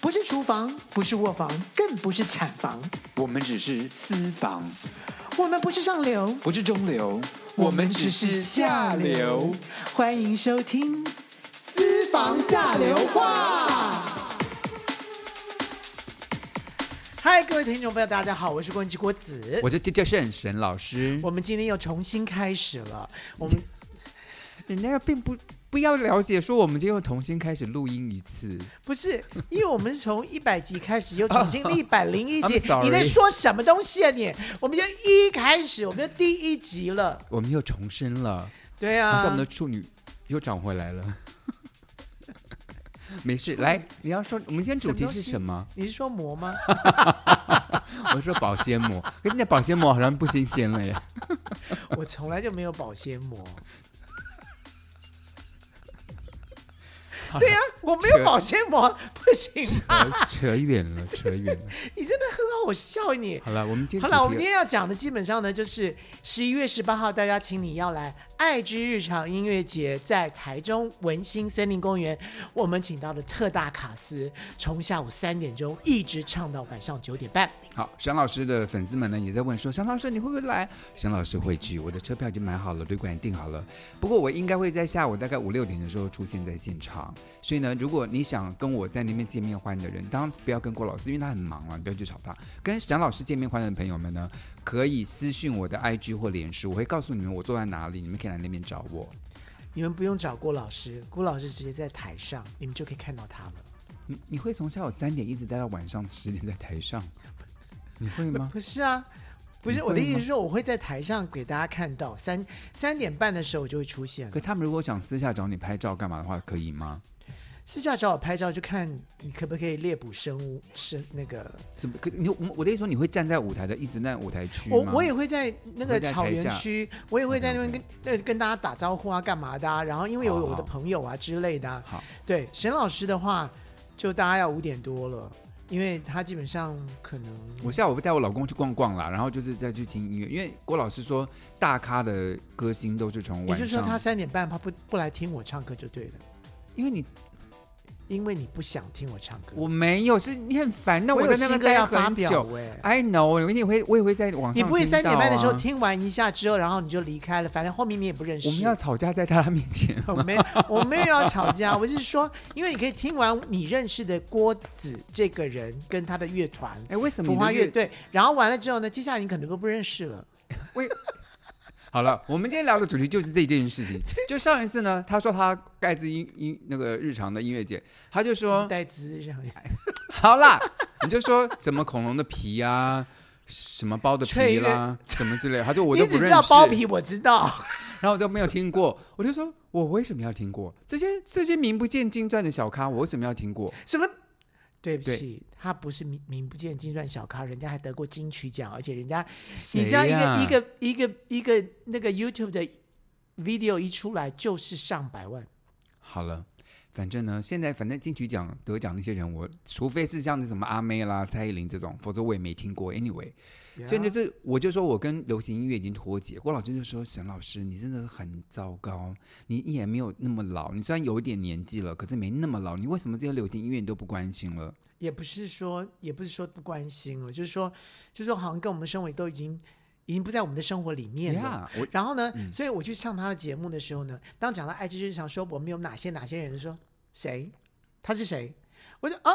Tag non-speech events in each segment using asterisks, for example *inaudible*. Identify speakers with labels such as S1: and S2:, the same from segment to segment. S1: 不是厨房，不是卧房，更不是产房，
S2: 我们只是私房，
S1: 我们不是上流，
S2: 不是中流，我们只是下流。。
S1: 欢迎收听《私房下流话》。嗨，各位听众朋友，大家好，我是关之郭子。
S2: 我这这叫圣神老师，
S1: 我们今天又重新开始了，我们
S2: 人家并不不要了解，说我们今天又重新开始录音一次，
S1: 不是，因为我们从一百集开始又重
S2: *laughs*
S1: 新一百零一集
S2: I'm，sorry
S1: 你在说什么东西啊你？我们就一开始，我们就第一集了，
S2: 我们又重生了，
S1: 对
S2: 好
S1: 啊
S2: 像我，们的处女又长回来了。 *laughs* 没事，来，你要说我们今天主题是什么？
S1: 你是说魔吗？
S2: 我说保鲜膜，可是你的保鲜膜好像不新
S1: *laughs*
S2: 鲜了耶。
S1: 我从来就没有保鲜膜。对呀、我没有保鲜膜，不行吧？
S2: 扯扯远了，扯远了。
S1: 你真的很好笑你。
S2: 好了，我们今天
S1: 好了，
S2: 主
S1: 我们
S2: 题
S1: 今天要讲的基本上呢，就是十一月十八号，大家请你要来爱之日常音乐节，在台中文心森林公园，我们请到了特大卡司，从下午三点钟一直唱到晚上九点半。
S2: 好，沈老师的粉丝们呢也在问说，沈老师你会不会来？沈老师会去，我的车票已经买好了，旅馆也订好了。不过我应该会在下午大概五六点的时候出现在现场。所以呢，如果你想跟我在那边见面欢的人，当然不要跟郭老师，因为他很忙啊，你不要去吵他。跟沈老师见面欢的朋友们呢，可以私信我的 IG 或脸书，我会告诉你们我坐在哪里，你们可以来那边找我。
S1: 你们不用找郭老师，郭老师直接在台上，你们就可以看到他了。
S2: 你嗯你会从下午三点一直待到晚上十点在台上， *laughs* 你会吗？
S1: 不是啊，不是
S2: 你会
S1: 我的意思
S2: 吗
S1: 是说，我会在台上给大家看到三三点半的时候我就会出现了
S2: *laughs* 可。他们如果想私下找你拍照干嘛的话，可以吗？
S1: 私下找我拍照，就看你可不可以猎捕生物生那个。
S2: 怎么？可你我我的意思说，你会站在舞台的，一直在舞台区吗？
S1: 我我也会在那个
S2: 会在
S1: 草
S2: 台
S1: 原
S2: 下嗯
S1: 区，我也会在那边
S2: OK，OK
S1: 跟那个跟大家打招呼啊，干嘛的啊？然后因为有
S2: 好
S1: 我的
S2: 好
S1: 朋友啊之类的、啊。
S2: 好，
S1: 对，沈老师的话，就大概要五点多了，因为他基本上可能
S2: 我下午会带我老公去逛逛啦，然后就是再去听音乐，因为郭老师说大咖的歌星都是从
S1: 也
S2: 晚
S1: 就是
S2: 上，
S1: 说他三点半他不不来听我唱歌就对了，
S2: 因为你
S1: 因为你不想听我唱歌。
S2: 我没有，是你很烦，那
S1: 我有
S2: 在那
S1: 新
S2: 边
S1: 歌
S2: 待
S1: 要发
S2: 很
S1: 表
S2: 久。
S1: 哎、
S2: I know，我也会，我也会在网上、啊
S1: 你不会三点半的时候，听完一下之后，然后你就离开了，反正后面你也不认识。
S2: 我们要吵架在他面前。
S1: *laughs* 我没，我没有要吵架， *laughs* 我是说，因为你可以听完你认识的郭子这个人跟他的乐团
S2: 哎，为什么
S1: 浮
S2: 你的
S1: 花乐？队，然后完了之后呢，接下来你可能都不认识了。
S2: 好了，我们今天聊的主题就是这件事
S1: *laughs*
S2: 情。就上一次呢，他说他盖茨音音那个日常的音乐节，他就说
S1: 带资这样
S2: 好啦，你就说什么恐龙的皮啊，什么包的皮啦，什么之类的，他就我
S1: 你
S2: 都不
S1: 只知
S2: 认识，
S1: 道包皮，我知道， *laughs*
S2: 然后我就没有听过，我就说我为什么要听过这些这些名不见经传的小咖，我为什么要听过？
S1: 什么？对不起，他不是名名不见经传小咖，人家还得过金曲奖，而且人家 *laughs* 你知道一
S2: 谁
S1: 个、
S2: 呀
S1: 一个一个一个那个 YouTube 的 video 一出来就是上百万。
S2: 好了。反正呢，现在反正金曲奖得奖那些人，我除非是像是什么阿妹啦、蔡依林这种，否则我也没听过。Anyway，所以就是，我就说我跟流行音乐已经脱节。郭老师就说：“沈老师，你真的很糟糕，你也没有那么老，你虽然有一点年纪了，可是没那么老。你为什么这些流行音乐你都不关心了？
S1: 也不是说，也不是说不关心了，就是说，就是说，好像跟我们生活都已经已经不在我们的生活里面了。
S2: 呀，嗯我
S1: 然后呢，所以我去上他的节目的时候呢，当讲到爱之日常，说我们有哪些哪些人，说谁，他是谁，我就啊，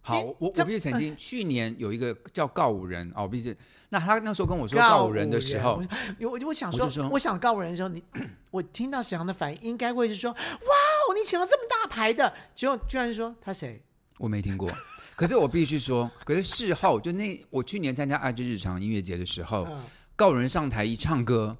S2: 好，
S1: 你
S2: 我我
S1: 这
S2: 必须曾经去年有一个叫告五人哦，必须。那他那时候跟我说
S1: 告
S2: 告
S1: 五
S2: 五人的时候，
S1: 我我我想
S2: 我
S1: 说，我
S2: 就说
S1: 想告人的时候，
S2: *clears throat*
S1: 你我听到沈阳的反应应该会是说，哇哦，你请了这么大牌的，结果居然说他谁，
S2: 我没听过。可是我必须说，可是事后就那我去年参加爱之日常音乐节的时候，
S1: 嗯，
S2: 告人上台一唱歌，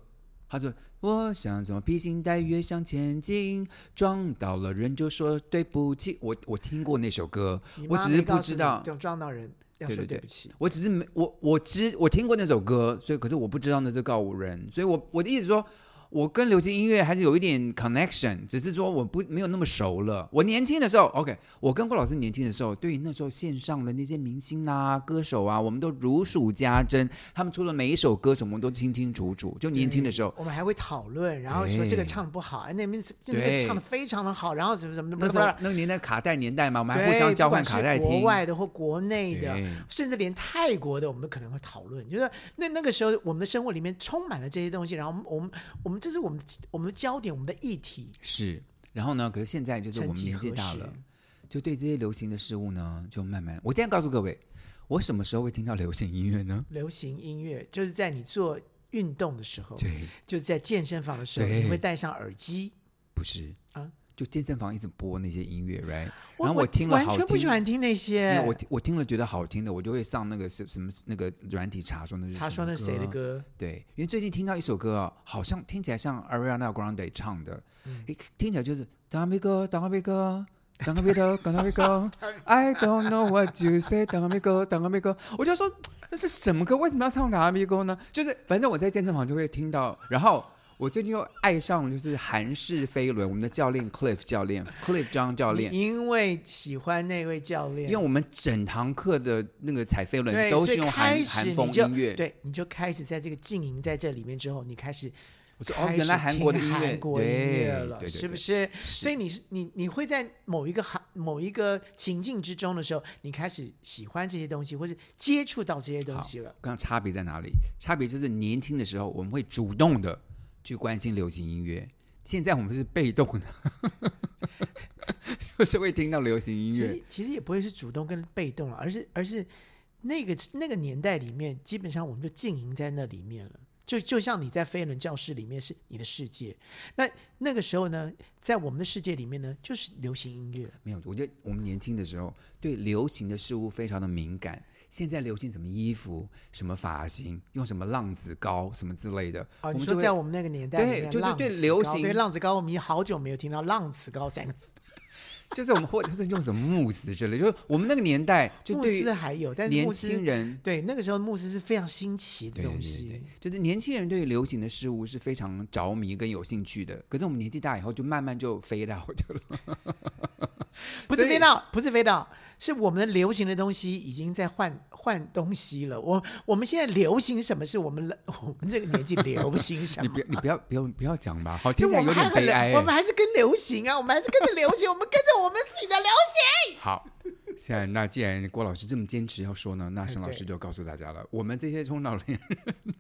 S2: 他就我想怎么披星戴月向前进，撞到了人就说对不起。我我听过那首歌，
S1: 你
S2: 我
S1: 妈
S2: 只
S1: 没
S2: 是不
S1: 告诉
S2: 知
S1: 你
S2: 道
S1: 就撞到人要
S2: 对
S1: 说
S2: 对对
S1: 不起。
S2: 我只是没我我知我听过那首歌，所以可是我不知道那是告五人，所以我我的意思说，我跟流行音乐还是有一点 connection，只是说我不没有那么熟了。我年轻的时候，OK，我跟郭老师年轻的时候，对于那时候线上的那些明星啊、歌手啊，我们都如数家珍。他们出了每一首歌，什么我们都清清楚楚。就年轻的时候，
S1: 我们还会讨论，然后说
S2: 对
S1: 这个唱得不好，哎，那边是那
S2: 对
S1: 边唱的非常的好，然后什么什么的，
S2: 那时候那个年代卡带年代嘛，我们还互
S1: 对
S2: 相交
S1: 不管
S2: 换
S1: 是
S2: 卡带
S1: 国
S2: 听。
S1: 外的或国内的
S2: 对，
S1: 甚至连泰国的，我们都可能会讨论。就是那那个时候，我们的生活里面充满了这些东西，然后我们我们这是我们我们的焦点，我们的议题。
S2: 是，然后呢？可是现在就是
S1: 曾
S2: 我们
S1: 几
S2: 年纪
S1: 何
S2: 大
S1: 时
S2: 了，就对这些流行的事物呢，就慢慢。我现在告诉各位，我什么时候会听到流行音乐呢？
S1: 流行音乐就是在你做运动的时候，
S2: 对，
S1: 就是在健身房的时候，
S2: 对
S1: 你会戴上耳机。
S2: 不是
S1: 啊，
S2: 就健身房一直播那些音乐，right？
S1: 我
S2: 然后
S1: 我
S2: 听了好听，
S1: 完全不喜欢听那
S2: 没
S1: 些
S2: 有。我听我听了觉得好听的，我就会上那个是什么那个软体查说那是
S1: 查
S2: 什
S1: 说
S2: 么
S1: 那是谁的？歌？
S2: 对，因为最近听到一首歌啊，好像听起来像 Ariana Grande 唱的，
S1: 嗯
S2: 诶听起来就是 d a m i g o d a m i g o d a m i g o d a m i g
S1: *laughs*
S2: o i don't know what you say, d a m i g o d a m i g o 我就说这是什么歌？为什么要唱 d a m i g o 呢？就是反正我在健身房就会听到，然后。我最近又爱上就是韩式飞轮，我们的教练 Cliff 教练 Cliff 张教
S1: 你
S2: 练，
S1: 因为喜欢那位教练，
S2: 因为我们整堂课的那个踩飞轮
S1: 对，所
S2: 都是
S1: 以
S2: 用
S1: 开
S2: 韩
S1: 始
S2: 韩
S1: 你
S2: 风
S1: 就
S2: 音乐，
S1: 对，你就开始在这个经营在这里面之后，你开始
S2: 我说哦，
S1: 开
S2: 原来
S1: 始
S2: 韩
S1: 听
S2: 国的音乐，
S1: 韩国音
S2: 对
S1: 乐了，
S2: 对对
S1: 是不
S2: 对
S1: 是？
S2: 是
S1: 所以你是你你会在某一个行某一个情境之中的时候，你开始喜欢这些东西，或是接触到这些东西了。
S2: 刚刚差别在哪里？差别就是年轻的时候我们会主动的去关心流行音乐，现在我们是被动的， *laughs* 就是会听到流行音
S1: 其
S2: 乐。
S1: 实其实也不会是主动跟被动了，而是而是那个那个年代里面，基本上我们就浸淫在那里面了。就就像你在飞轮教室里面是你的世界，那那个时候呢，在我们的世界里面呢，就是流行音乐。
S2: 没有，我觉得我们年轻的时候对流行的事物非常的敏感。现在流行什么衣服、什么发型、用什么浪子膏什么之类的，
S1: 哦，
S2: 我
S1: 你
S2: 们就
S1: 说
S2: 会
S1: 在我们那个年代里
S2: 对
S1: 面
S2: 就
S1: 浪
S2: 是对
S1: 子
S2: 流
S1: 高
S2: 行
S1: 对浪子高，我们也好久没有听到“浪子高”三个字。
S2: 就是我们或者是用什么慕斯之类，就是我们那个年代就
S1: 牧
S2: 对于
S1: 师还有，但是
S2: 年
S1: 牧师
S2: 轻人
S1: 对那个时候牧师是非常新奇的
S2: 对对
S1: 东
S2: 对对
S1: 西，，
S2: 就是年轻人对流行的事物是非常着迷跟有兴趣的。可是我们年纪大以后，就慢慢就飞到就了。
S1: 不是
S2: 所以
S1: 飞到，不是飞到，是我们的流行的东西已经在换换东西了。我我们现在流行什么是我们了 *laughs* 我们这个年纪流行什
S2: 你
S1: 么
S2: *laughs* 不？要，你不要，不要，不要讲吧，好，
S1: 就
S2: 听起
S1: 我
S2: 来
S1: 们
S2: 有
S1: 还
S2: 点
S1: 很
S2: 悲
S1: 流
S2: 哀
S1: 我们
S2: 欸。
S1: 还是跟流行啊，我们还是跟着流行，我们跟着我们自己的流行。
S2: 好，现在那既然郭老师这么坚持要说呢，那沈老
S1: 对
S2: 师就告诉大家了，我们这些中老年人，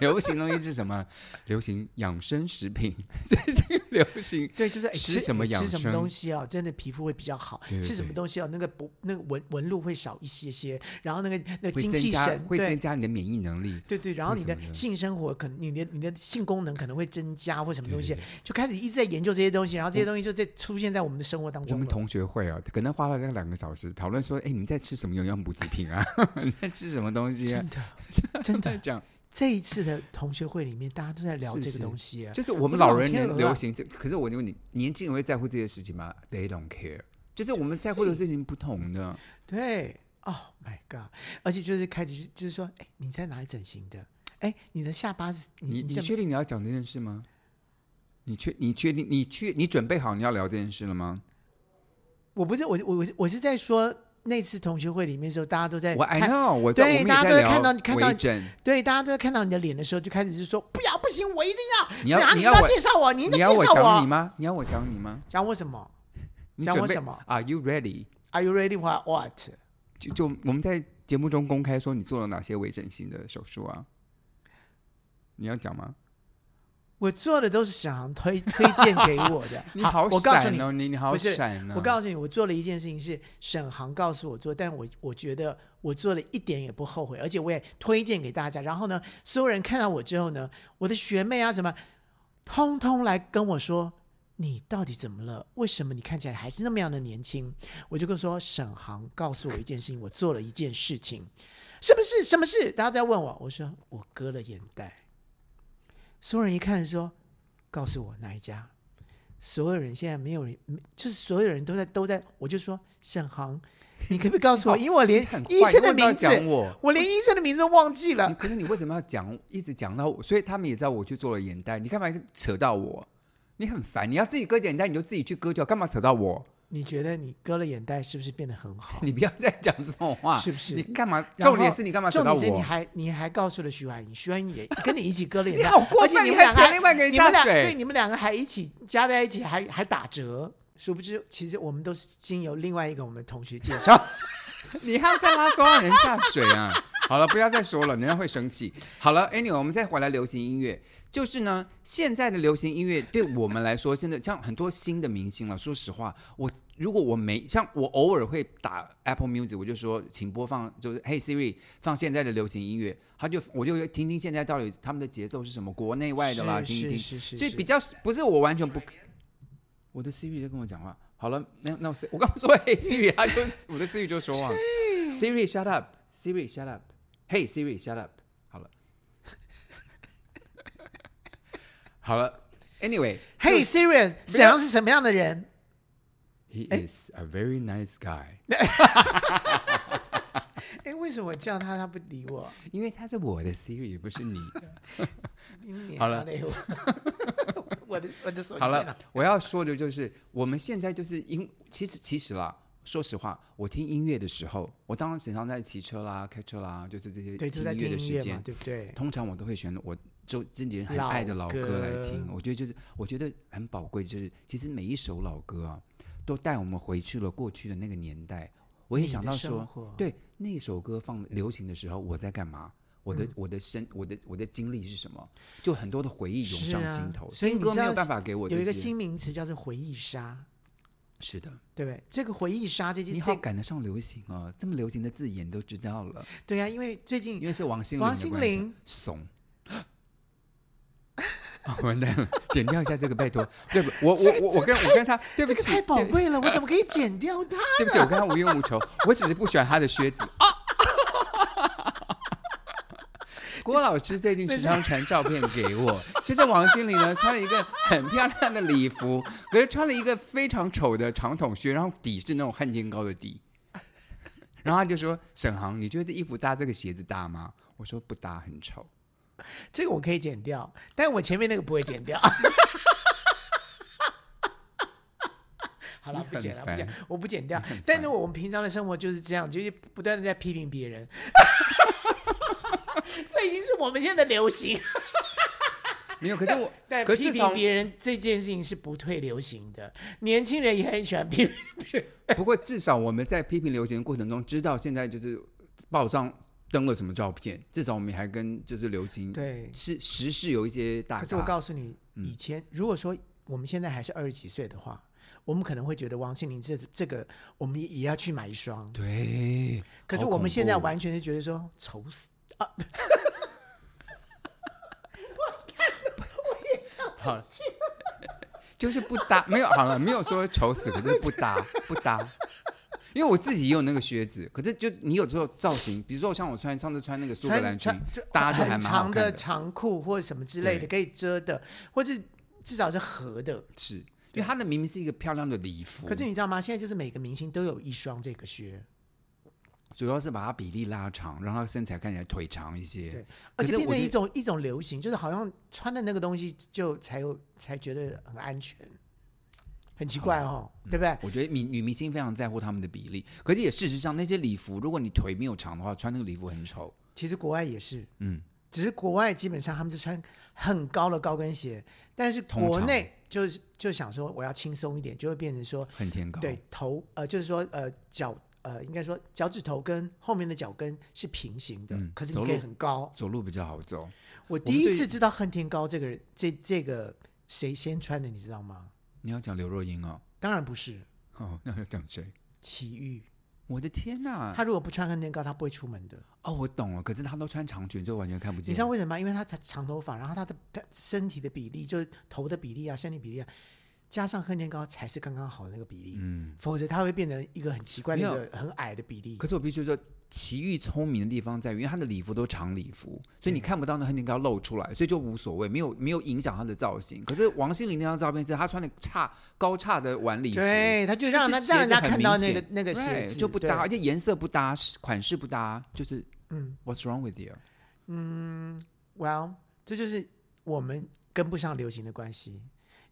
S2: 流行东西是什么？ *laughs* 流行养生食品，最近流行
S1: 对，就是哎
S2: 吃
S1: 吃
S2: 什么
S1: 哎
S2: 养
S1: 吃什么
S2: 生
S1: 东西啊，真的皮肤会比较好。
S2: 对对
S1: 吃什么
S2: 对
S1: 东西啊，那个不那个纹纹路会少一些些，然后那个那个
S2: 会
S1: 精
S2: 增
S1: 气
S2: 加，
S1: 神
S2: 会增
S1: 对。
S2: 加你的免疫能力。
S1: 对对，然后
S2: 会
S1: 你
S2: 什
S1: 的
S2: 么的
S1: 性生活可能你的你的性功能可能会增加或什么
S2: 对
S1: 东
S2: 对
S1: 西，
S2: 对
S1: 就开始一直在研究这些东西，然后这些东西就在出现在我们的生活当
S2: 我
S1: 中
S2: 们
S1: 了。
S2: 同学会啊，可能花了那两个小时讨论说，哎，你们在吃什么营养补给
S1: *laughs*
S2: 品啊？你在吃什么东西啊
S1: 真？的， *laughs* 真
S2: 在
S1: 的， *laughs*
S2: 讲，
S1: 这一次的同学会里面，大家都在聊
S2: 是
S1: 这
S2: 是
S1: 个东西啊。
S2: 就是我们
S1: 我
S2: 老
S1: 老
S2: 人
S1: 天
S2: 能
S1: 鹅
S2: 流
S1: 啊
S2: 行这，可是我问你，年轻人会在乎这些事情吗？They don't care。就是我们在乎的事情不同
S1: 哎
S2: 的，
S1: 对，Oh my god！而且就是开始就是说，哎，你在哪里整形的？哎，你的下巴是
S2: 你
S1: 你
S2: 你
S1: 怎么
S2: 确定你要讲这件事吗？你确你确定你确你准备好你要聊这件事了吗？
S1: 我不是我我我是我是在说那次同学会里面的时候，大家都在
S2: 我 I
S1: 哎看
S2: know，我在我
S1: 对
S2: 们也
S1: 大家
S2: 在
S1: 都会
S2: 聊
S1: 看到看到
S2: 微整，
S1: 对，大家都在看到你的脸的时候，就开始就说不要不行，我一定要
S2: 你要
S1: 怎样
S2: 你
S1: 你
S2: 要
S1: 要
S2: 我
S1: 介绍我，你一定
S2: 你
S1: 要
S2: 要我
S1: 介绍
S2: 讲你
S1: 我，
S2: 吗？你要我讲你吗？
S1: 讲我什么
S2: 你
S1: 讲
S2: 准
S1: 我
S2: 备
S1: 什么
S2: ？Are you ready？
S1: ？Are you ready for what？
S2: 就就我们在节目中公开说你做了哪些微整形的手术啊？你要讲吗？。
S1: 我做的都是沈航推 *laughs* 推荐给我的
S2: 你
S1: 好，啊我告诉 *laughs*
S2: 闪
S1: 你，
S2: 哦，你你好
S1: 不是
S2: 闪哦！
S1: 我告诉你，我做了一件事情是沈航告诉我做，但我我觉得我做了一点也不后悔，而且我也推荐给大家。然后呢，所有人看到我之后呢，我的学妹啊什么，通通来跟我说。你到底怎么了？为什么你看起来还是那么样的年轻？我就跟说，沈航告诉我一件事情，我做了一件事情，什么事？什么事？大家都在问我，我说我割了眼袋。所有人一看说，告诉我哪一家？所有人现在没有人，就是所有人都在都在，我就说沈航，你可不可以告诉我？
S2: 好
S1: 因为我连
S2: 很快
S1: 医生的
S2: 哦你为什么要
S1: 名
S2: 讲
S1: 字，呃
S2: 我。
S1: 我连医生的名字都忘记
S2: 你
S1: 了。
S2: 可是你为什么要讲，一直讲到我？所以他们也知道我去做了眼袋，你干嘛扯到我？你很烦，你要自己割眼袋，你就自己去割掉，干嘛扯到我？ *laughs*
S1: 你觉得你割了眼袋是不是变得很好？
S2: 你不要再讲这种话，
S1: 是不是
S2: 你干嘛？
S1: 然后
S2: 重点是你干嘛扯
S1: 重
S2: 到
S1: 点是你
S2: 我？
S1: 还你还告诉了徐婉莹，徐婉莹也跟你一起割了眼
S2: 你
S1: 袋，
S2: 好过
S1: 而且
S2: 分，
S1: 你
S2: 你
S1: 们
S2: 还
S1: 两个
S2: 扯
S1: 还
S2: 另外一个人
S1: 你
S2: 下
S1: 们俩对
S2: 水。
S1: 你们两个还一起加在一起还还打折，殊不知其实我们都是经由另外一个我们的同学介绍。
S2: 你还要再拉多少人下水啊？ *laughs* 好了，不要再说了，人家会生气。好了，Anyway，我们再回来流行音乐，就是呢，现在的流行音乐对我们来说，现在像很多新的明星了。说实话，我如果我没像我偶尔会打 Apple Music，我就说请播放，就是 Hey Siri 放现在的流行音乐，他就我就听听现在到底他们的节奏是什么，国内 *laughs* 外的啦，
S1: 是
S2: 听一听。
S1: 是是
S2: 所
S1: 是
S2: 以比
S1: 是，
S2: 较不是我完全不，我的 Siri 在跟我讲话。好了，那那我我刚说 Hey Siri，他就我的 Siri 就说谎。Siri shut up，Siri shut up，Hey Siri shut up。好了，好了。Anyway，
S1: 嘿，Sirius，
S2: 不
S1: 沈
S2: 要
S1: 阳是什么样的人？
S2: he is a very nice guy，
S1: 哎，为什么我叫他他不理我？
S2: 因为他是我的 Siri，不是你的。
S1: 你撵
S2: 好了
S1: 他嘞，我 *laughs* 我的我的手机
S2: 好
S1: 在哪
S2: 了，我要说的就是，我们现在就是因，其实其实啦，说实话，我听音乐的时候，我当然平常在骑车啦、开车啦，就是这些
S1: 对，就在
S2: 音乐的
S1: 听音
S2: 时
S1: 乐
S2: 间
S1: 嘛，。对不对？
S2: 通常我都会选我周这几年很爱的老歌来听。我觉得就是，我觉得很宝贵，就是其实每一首老歌啊，都带我们回去了过去的那个年代。我也
S1: 你
S2: 想
S1: 的
S2: 到
S1: 生
S2: 说
S1: 活，
S2: 对那首歌放流行的时候，我在干嘛？我
S1: 嗯
S2: 的、我的身我的我的经历是什么？就很多的回忆涌
S1: 是
S2: 上
S1: 啊
S2: 心头。
S1: 所以
S2: 新
S1: 你
S2: 歌
S1: 知
S2: 没
S1: 道
S2: 有办法给我
S1: 有一
S2: 这
S1: 个
S2: 些
S1: 新名词叫做回忆杀，
S2: 是的，
S1: 对不对？这个回忆杀这件
S2: 你好
S1: 这
S2: 赶得上流行哦，这么流行的字眼都知道了，
S1: 对啊呀、因为最
S2: 因
S1: 近
S2: 为是王心
S1: 嗯
S2: 凌的
S1: 王
S2: 关系。
S1: 心凌
S2: 怂。 *laughs* 啊完蛋了，剪掉一下这个，拜托。对不，我
S1: 这
S2: 我
S1: 个
S2: 我我跟我跟他，对
S1: 这
S2: 不
S1: 个
S2: 起，
S1: 太宝
S2: 对
S1: 贵了，我怎么可以剪掉它？
S2: *laughs* 对不起，我跟他无冤无
S1: *laughs*
S2: 仇，我只是不喜欢他的靴子啊。 *laughs* 郭老师最近时常传照片给我，
S1: *laughs*
S2: 就是王心凌呢穿了一个很漂亮的礼服，可是穿了一个非常丑的长筒靴，然后底是那种恨天高的底。然后他就说：“沈航，你觉得衣服搭这个鞋子搭吗？”我说：“不搭，很丑。
S1: 这个我可以剪掉，但我前面那个不会剪掉。好了，
S2: 你
S1: 不剪了，不
S2: 很烦
S1: 剪，我不剪掉。但是我们平常的生活就是这样，就是不断的在批评别人。 *laughs* 这已经是我们现在的流行，”
S2: 没有，可是我，
S1: *laughs* 但
S2: 可是
S1: 批
S2: 自
S1: 评
S2: 从
S1: 别人这件事情是不退流行的。年轻人也很喜欢批评，
S2: *laughs* 不过至少我们在批评流行的过程中，知道现在就是报上登了什么照片，至少我们还跟就是流行
S1: 对。
S2: 是时事有一些大嗯咖。
S1: 可是我告诉你，以前如果说我们现在还是二十几岁的话，我们可能会觉得王心凌这这个，我们也要去买一双。
S2: 对，
S1: 可是
S2: 好
S1: 我们
S2: 恐
S1: 现在
S2: 怖
S1: 完全是觉得说丑死
S2: 好了，就是不搭， *laughs* 没有好了，没有说丑死，可是不搭 *laughs* 不搭。因为我自己也有那个靴子，可是就你有时候造型，比如说像我穿上次穿那个苏格兰
S1: 穿
S2: 裙
S1: 穿就，
S2: 搭就还
S1: 很
S2: 蛮好
S1: 长
S2: 看
S1: 的长裤或者什么之类的，
S2: 对嗯
S1: 可以遮的，或是至少是合的。
S2: 是因为它那明明是一个漂亮的礼服，
S1: 可是你知道吗？现在就是每个明星都有一双这个靴，
S2: 主要是把它比例拉长，让它身材看起来腿长一些。
S1: 对，而
S2: 可是
S1: 且变
S2: 我
S1: 成
S2: 觉
S1: 一
S2: 得
S1: 种一种流行，就是好像穿了那个东西就才有才觉得很安全，很奇怪哦，
S2: 嗯
S1: 对不对？
S2: 我觉得女女明星非常在乎她们的比例，可是也事实上，那些礼服，如果你腿没有长的话，穿那个礼服很丑。
S1: 其实国外也是，
S2: 嗯，
S1: 只是国外基本上他们就穿很高的高跟鞋，但是
S2: 通
S1: 国
S2: 常
S1: 内就是就想说我要轻松一点，就会变成说
S2: 恨天高。
S1: 对，头呃，就是说呃脚呃，应该说脚趾头跟后面的脚跟是平行的，
S2: 嗯
S1: 可是
S2: 走
S1: 你可以
S2: 路
S1: 很高。
S2: 走路比较好走。
S1: 我
S2: 们
S1: 第一
S2: 对
S1: 次知道恨天高这个人，这这个谁先穿的，你知道吗？
S2: 你要讲刘若英哦，
S1: 当然不是
S2: 哦，那要讲谁？
S1: 祁煜，
S2: 我的天呐！
S1: 他如果不穿恨天高，他不会出门的。
S2: 哦，我懂了，可是她都穿长裙，就完全看不
S1: 你
S2: 见
S1: 知。道为什么吗？因为他长长头发，然后他的他身体的比例，就是头的比例啊，身体比例啊，加上喝年糕才是刚刚好的那个比例，
S2: 嗯，
S1: 否则它会变成一个很奇怪的一
S2: 没有
S1: 个很矮的比例
S2: 可。是我必须说，奇遇聪明的地方在于，因为他的礼服都长礼服，所以你看不到那黑年糕露出来，所以就无所谓，没有没有影响他的造型。可是王心凌那张照片是她穿的差高叉的晚礼服，
S1: 对，他就
S2: 这
S1: 让
S2: 鞋
S1: 他
S2: 子
S1: 让
S2: 很
S1: 人家
S2: 明显，
S1: 看到那个那个鞋
S2: right，
S1: 子
S2: 就不搭，而
S1: 对
S2: 且颜色不搭，款式不搭，就是
S1: 嗯
S2: ，What's wrong with you？
S1: ，Well，这就是我们跟不上流行的关系，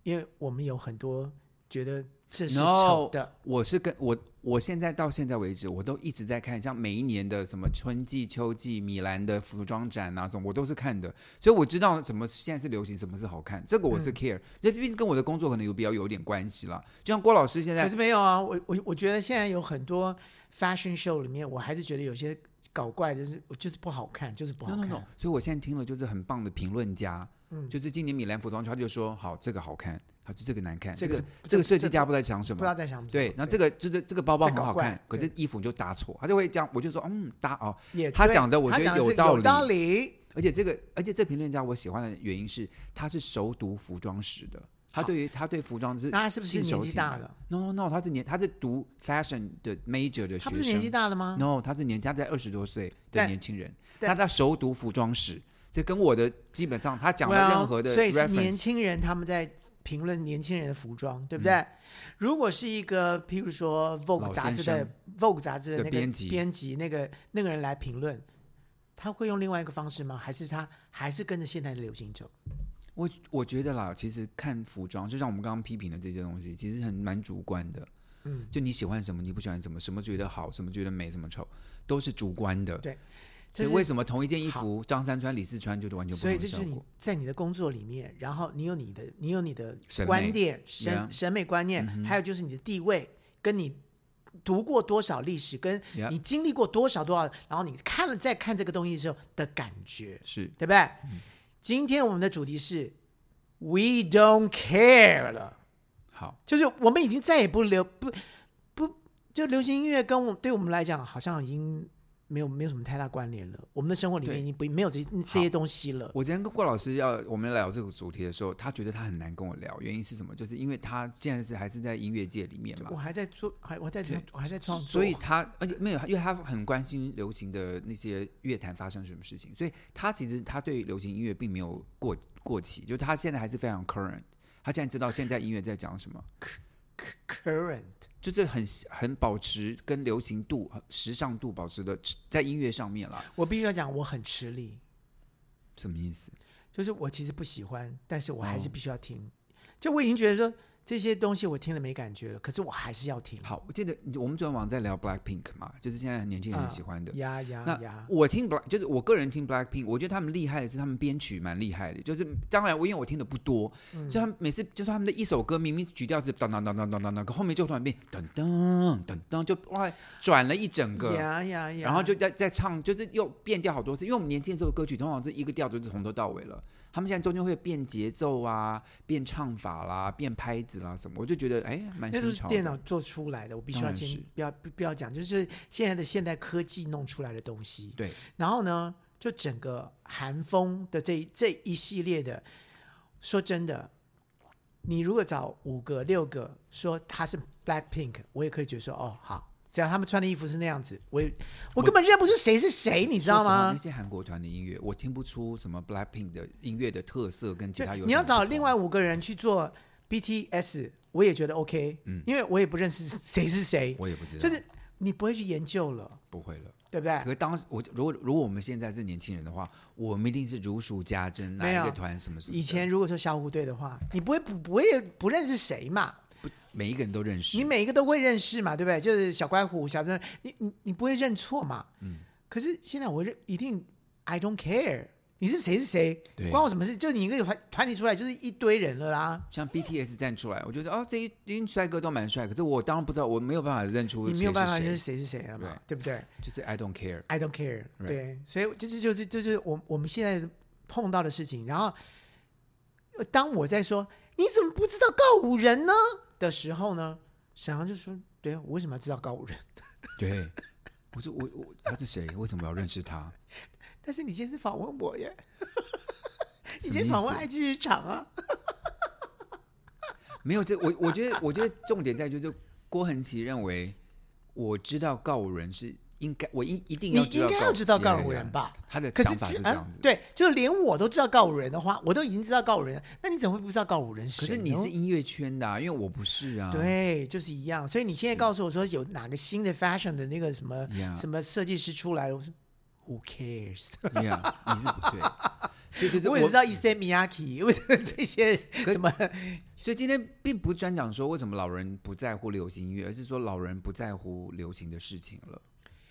S1: 因为我们有很多觉得这是
S2: No
S1: 丑的。
S2: 我是跟我我现在到现在为止，我都一直在看，像每一年的什么春季、秋季、米兰的服装展啊，什么我都是看的，所以我知道什么现在是流行，什么是好看，这个我
S1: 嗯
S2: 是 care，这毕竟跟我的工作可能有比较有点关系了。就像郭老师现
S1: 可
S2: 在
S1: 是没有啊，我我我觉得现在有很多 fashion show 里面，我还是觉得有些搞怪，就是就是不好看，就是不好
S2: ，no
S1: 看。
S2: no no，所以我哦现在听了就是很棒的评论家，
S1: 嗯
S2: 就是今年米兰服装周他就说好这个好看，好就这个难看，
S1: 这
S2: 这
S1: 个
S2: 这个设计
S1: 这
S2: 家不知道在想什
S1: 不知，
S2: 么
S1: 道在想什么。
S2: 对，然后这个就是这个包包
S1: 在
S2: 很
S1: 搞
S2: 好看
S1: 怪，
S2: 可是衣服就搭错，他就会这样，我就说嗯搭哦，
S1: 也
S2: 他
S1: 对
S2: 讲的我
S1: 他
S2: 觉得
S1: 讲的
S2: 有
S1: 是
S2: 道
S1: 有
S2: 理
S1: 道理。
S2: 而且这个而且这评论家我喜欢的原因是他是熟读服装史的，他
S1: 好
S2: 对于他对服装是
S1: 那他是不是
S2: 信手
S1: 年纪
S2: 拈
S1: 大
S2: 来
S1: 了？
S2: ？No No No，他是年他是读 fashion 的 major 的学
S1: 他
S2: 生，
S1: 不是年纪大了吗？
S2: No，他是年他在二十多岁的
S1: 但
S2: 年轻人，
S1: 但
S2: 他在熟读服装史，这跟我的基本上他讲的
S1: Well，
S2: 任何的
S1: 所以是年
S2: reference，
S1: 轻人他们在评论年轻人的服装，对不对？如果是一个譬如说 Vogue
S2: 嗯老
S1: 杂志
S2: 先
S1: 的
S2: 生
S1: Vogue 杂志的
S2: 的
S1: 那个
S2: 编辑
S1: 编辑那个那个人来评论，他会用另外一个方式吗？还是他还是跟着现在的流行走？
S2: 我我觉得啦，其实看服装，就像我们刚刚批评的这些东西，其实很蛮主观的。
S1: 嗯，
S2: 就你喜欢什么，你不喜欢什么，什么觉得好，什么觉得美，什么丑，都是主观的。所
S1: 这
S2: 以
S1: 是
S2: 为什么同一件衣
S1: 好
S2: 服，张三穿、李四穿就是完全不
S1: 所
S2: 同
S1: 以
S2: 的
S1: 这
S2: 效
S1: 就是你
S2: 果？
S1: 在你的工作里面，然后你有你的你有你的
S2: 审
S1: 观
S2: 美嗯
S1: 点、审
S2: yeah
S1: 审美观念，还有就是你的地位，跟你读过多少历史，跟
S2: Yeah
S1: 你经历过多少多少，然后你看了再看这个东西的时候的感觉，
S2: 是
S1: 对不对？
S2: 嗯
S1: 今天我们的主题是 We don't care 了，
S2: 好，
S1: 就是我们已经再也不流不不就流行音乐跟我对我们来讲好像已经。没有没有什么太大关联了，我们的生活里面
S2: 对
S1: 已经不没有这这些东西了。
S2: 我今天跟郭老师要我们聊这个主题的时候，他觉得他很难跟我聊，原因是什么？就是因为他现在是还是在音乐界里面嘛
S1: 我，还在做，还我还在
S2: 对
S1: 我还在创作，
S2: 所以他而且没有，因为他很关心流行的那些乐坛发生什么事情，所以他其实他对流行音乐并没有过过期，就他现在还是非常 current，他现在知道现在音乐在讲什么，
S1: current
S2: 就是很很保持跟流行度、时尚度保持的在音乐上面啦。
S1: 我必须要讲，我很吃力，
S2: 什么意思？
S1: 就是我其实不喜欢，但是我还是
S2: 哦
S1: 必须要听。就我已经觉得说这些东西我听了没感觉了，可是我还是要听。
S2: 好，我记得我们昨天晚上在聊 Black Pink 嘛，就是现在年轻
S1: 啊
S2: 人很喜欢的。
S1: 呀呀
S2: 那
S1: 呀！
S2: 我听 Black 就是我个人听 Blackpink，我觉得他们厉害的是他们编曲蛮厉害的，就是当然我因为我听的不多，
S1: 嗯
S2: 所以他们每次就是他们的一首歌明明曲调是当当当当当当当，可后面就突然变噔噔噔噔，就哇转了一整个。
S1: 呀呀呀！
S2: 然后就在在唱，就是又变调好多次，因为我们年轻的时候歌曲通常是一个调就是从头到尾了，他们现在中间会变节奏啊、变唱法啦、变拍子啦什么，我就觉得哎，蛮
S1: 那都
S2: 新
S1: 是
S2: 潮的。
S1: 电脑做出来的，我必须
S2: 当
S1: 要
S2: 然
S1: 先
S2: 是
S1: 不要不不要讲，就是现在的现代科技弄出来的东西。
S2: 对，
S1: 然后呢，就整个韩风的这一这一系列的，说真的，你如果找五个六个说他是 Black Pink，我也可以觉得说哦好，只要他们穿的衣服是那样子，我也我根本认不出谁是谁，你
S2: 你
S1: 知道吗
S2: 那？些韩国团的音乐，我听不出什么 Blackpink 的音乐的特色跟其
S1: 就
S2: 他有什么不同。
S1: 你要找另外五个人去做 BTS，我也觉得 OK，、因为我也不认识谁是谁，
S2: 嗯我也不知道，
S1: 就是你不会去研究了，
S2: 不会了。
S1: 对不对
S2: 可？是当时我如果如果我们现在是年轻人的话，我们一定是如数家珍，哪
S1: 没有
S2: 一个团什么什么的，
S1: 以前如果说小虎队的话，你不会不不会不认识谁嘛？
S2: 每一个人都认识
S1: 你。每一个都会认识嘛，对不对？就是小怪虎、小正，你你你不会认错嘛？嗯。可是现在我认一定，I don't care，你是谁是谁，
S2: 对
S1: 关我什么事？就你一个团团体出来就是一堆人了啦，
S2: 像 BTS 站出来，我觉得哦，这一群帅哥都蛮帅，可是我当然不知道，我没有办法认出
S1: 你没有办法认识
S2: 谁是
S1: 谁是谁了嘛，对不对
S2: 谁，就是 I don't care。
S1: ？I don't care，
S2: Right
S1: 对，所以这就是就是就是我我们现在碰到的事情。然后，呃当我在说你怎么不知道告五人呢的时候呢，沈阳就说：“对啊，我为什么要知道告五人？”
S2: 对，我说我我他是谁？为什么我要认识他？
S1: 但是你今天是访问我
S2: *laughs*
S1: 耶，你今
S2: 什么意
S1: 天
S2: 思
S1: 访问爱之日常啊，
S2: 没有这我我觉得我觉得重点在于就是郭恒奇认为我知道告五人是应该我应一定
S1: 你
S2: 要知
S1: 应
S2: 道
S1: 该要知道告五
S2: 呀呀
S1: 人
S2: 呀
S1: 吧？
S2: 啊他的
S1: 可
S2: 想
S1: 是
S2: 法
S1: 居
S2: 是这
S1: 啊
S2: 样子。
S1: 对，就连我都知道告五人的话，我都已经知道告五人，那你怎么会不知道告五人
S2: 可
S1: 谁呢？
S2: 是你是音乐圈的、啊，因为我不是啊。
S1: 对，就是一样。所以你现在告诉我说有哪个新的 fashion 的那个什么
S2: Yeah
S1: 什么设计师出来了，我说 Who cares？
S2: 对呀、你是不
S1: *laughs*
S2: 对。所以就是
S1: 我
S2: 我
S1: 也知道 i s a Miyaki，为什么这些人
S2: 可
S1: 什么
S2: 所以今天并不是专讲说为什么老人不在乎流行音乐，而是说老人不在乎流行的事情了。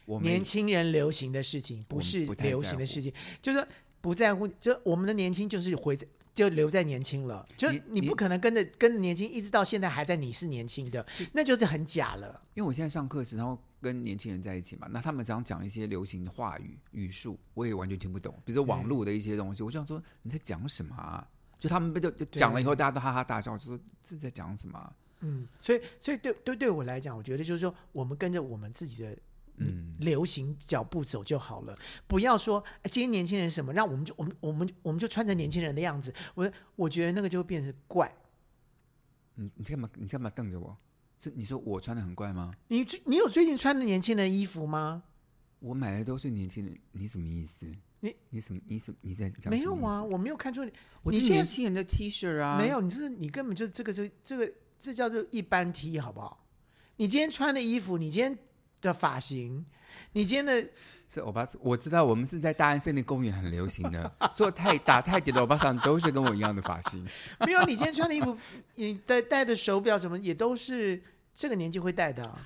S2: 我们
S1: 年轻人流行的事情，
S2: 我
S1: 不
S2: 们
S1: 是
S2: 不太
S1: 流
S2: 在
S1: 行的
S2: 乎
S1: 事情，就是不在乎，就我们的年轻就是回在。就留在年轻了，就
S2: 你
S1: 你
S2: 你
S1: 不可能跟着跟着年轻，一直到现在还在你是年轻的，那就是很假了。
S2: 因为我现在上课时，然后跟年轻人在一起嘛，那他们常讲一些流行的话语语速，我也完全听不懂，比如说网络的一些东西，我就想说你在讲什么、啊？就他们就就讲了以后，大家都哈哈大笑，就说这在讲什么啊、
S1: 嗯，所以所以对对对我来讲，我觉得就是说，我们跟着我们自己的
S2: 嗯，
S1: 流行脚步走就好了，不要说、哎今天年轻人什么，那我们就我们我们我们就穿着年轻人的样子，我我觉得那个就会变成怪。
S2: 你你干嘛你干嘛瞪着我？是你说我穿的很怪吗？
S1: 你最你有最近穿的年轻人的衣服吗？
S2: 我买的都是年轻人，你什么意思？
S1: 你
S2: 你什么你什么你在讲
S1: 没
S2: 什
S1: 有
S2: 么意
S1: 啊，
S2: 思？
S1: 我没有看出你，
S2: 我
S1: 你
S2: 是
S1: 现在
S2: 年轻人的 T 恤啊，
S1: 没有，你这你根本就这个就这个这叫做一般 T 好不好？你今天穿的衣服，你今天的发型，你今天的
S2: 是欧巴桑，我知道我们是在大安森林公园很流行
S1: *laughs*
S2: 的，做太打太极的欧巴桑都是跟我一样的发型。
S1: 没有，你今天穿的衣服， *laughs* 你戴戴的手表什么也都是这个年纪会戴的啊、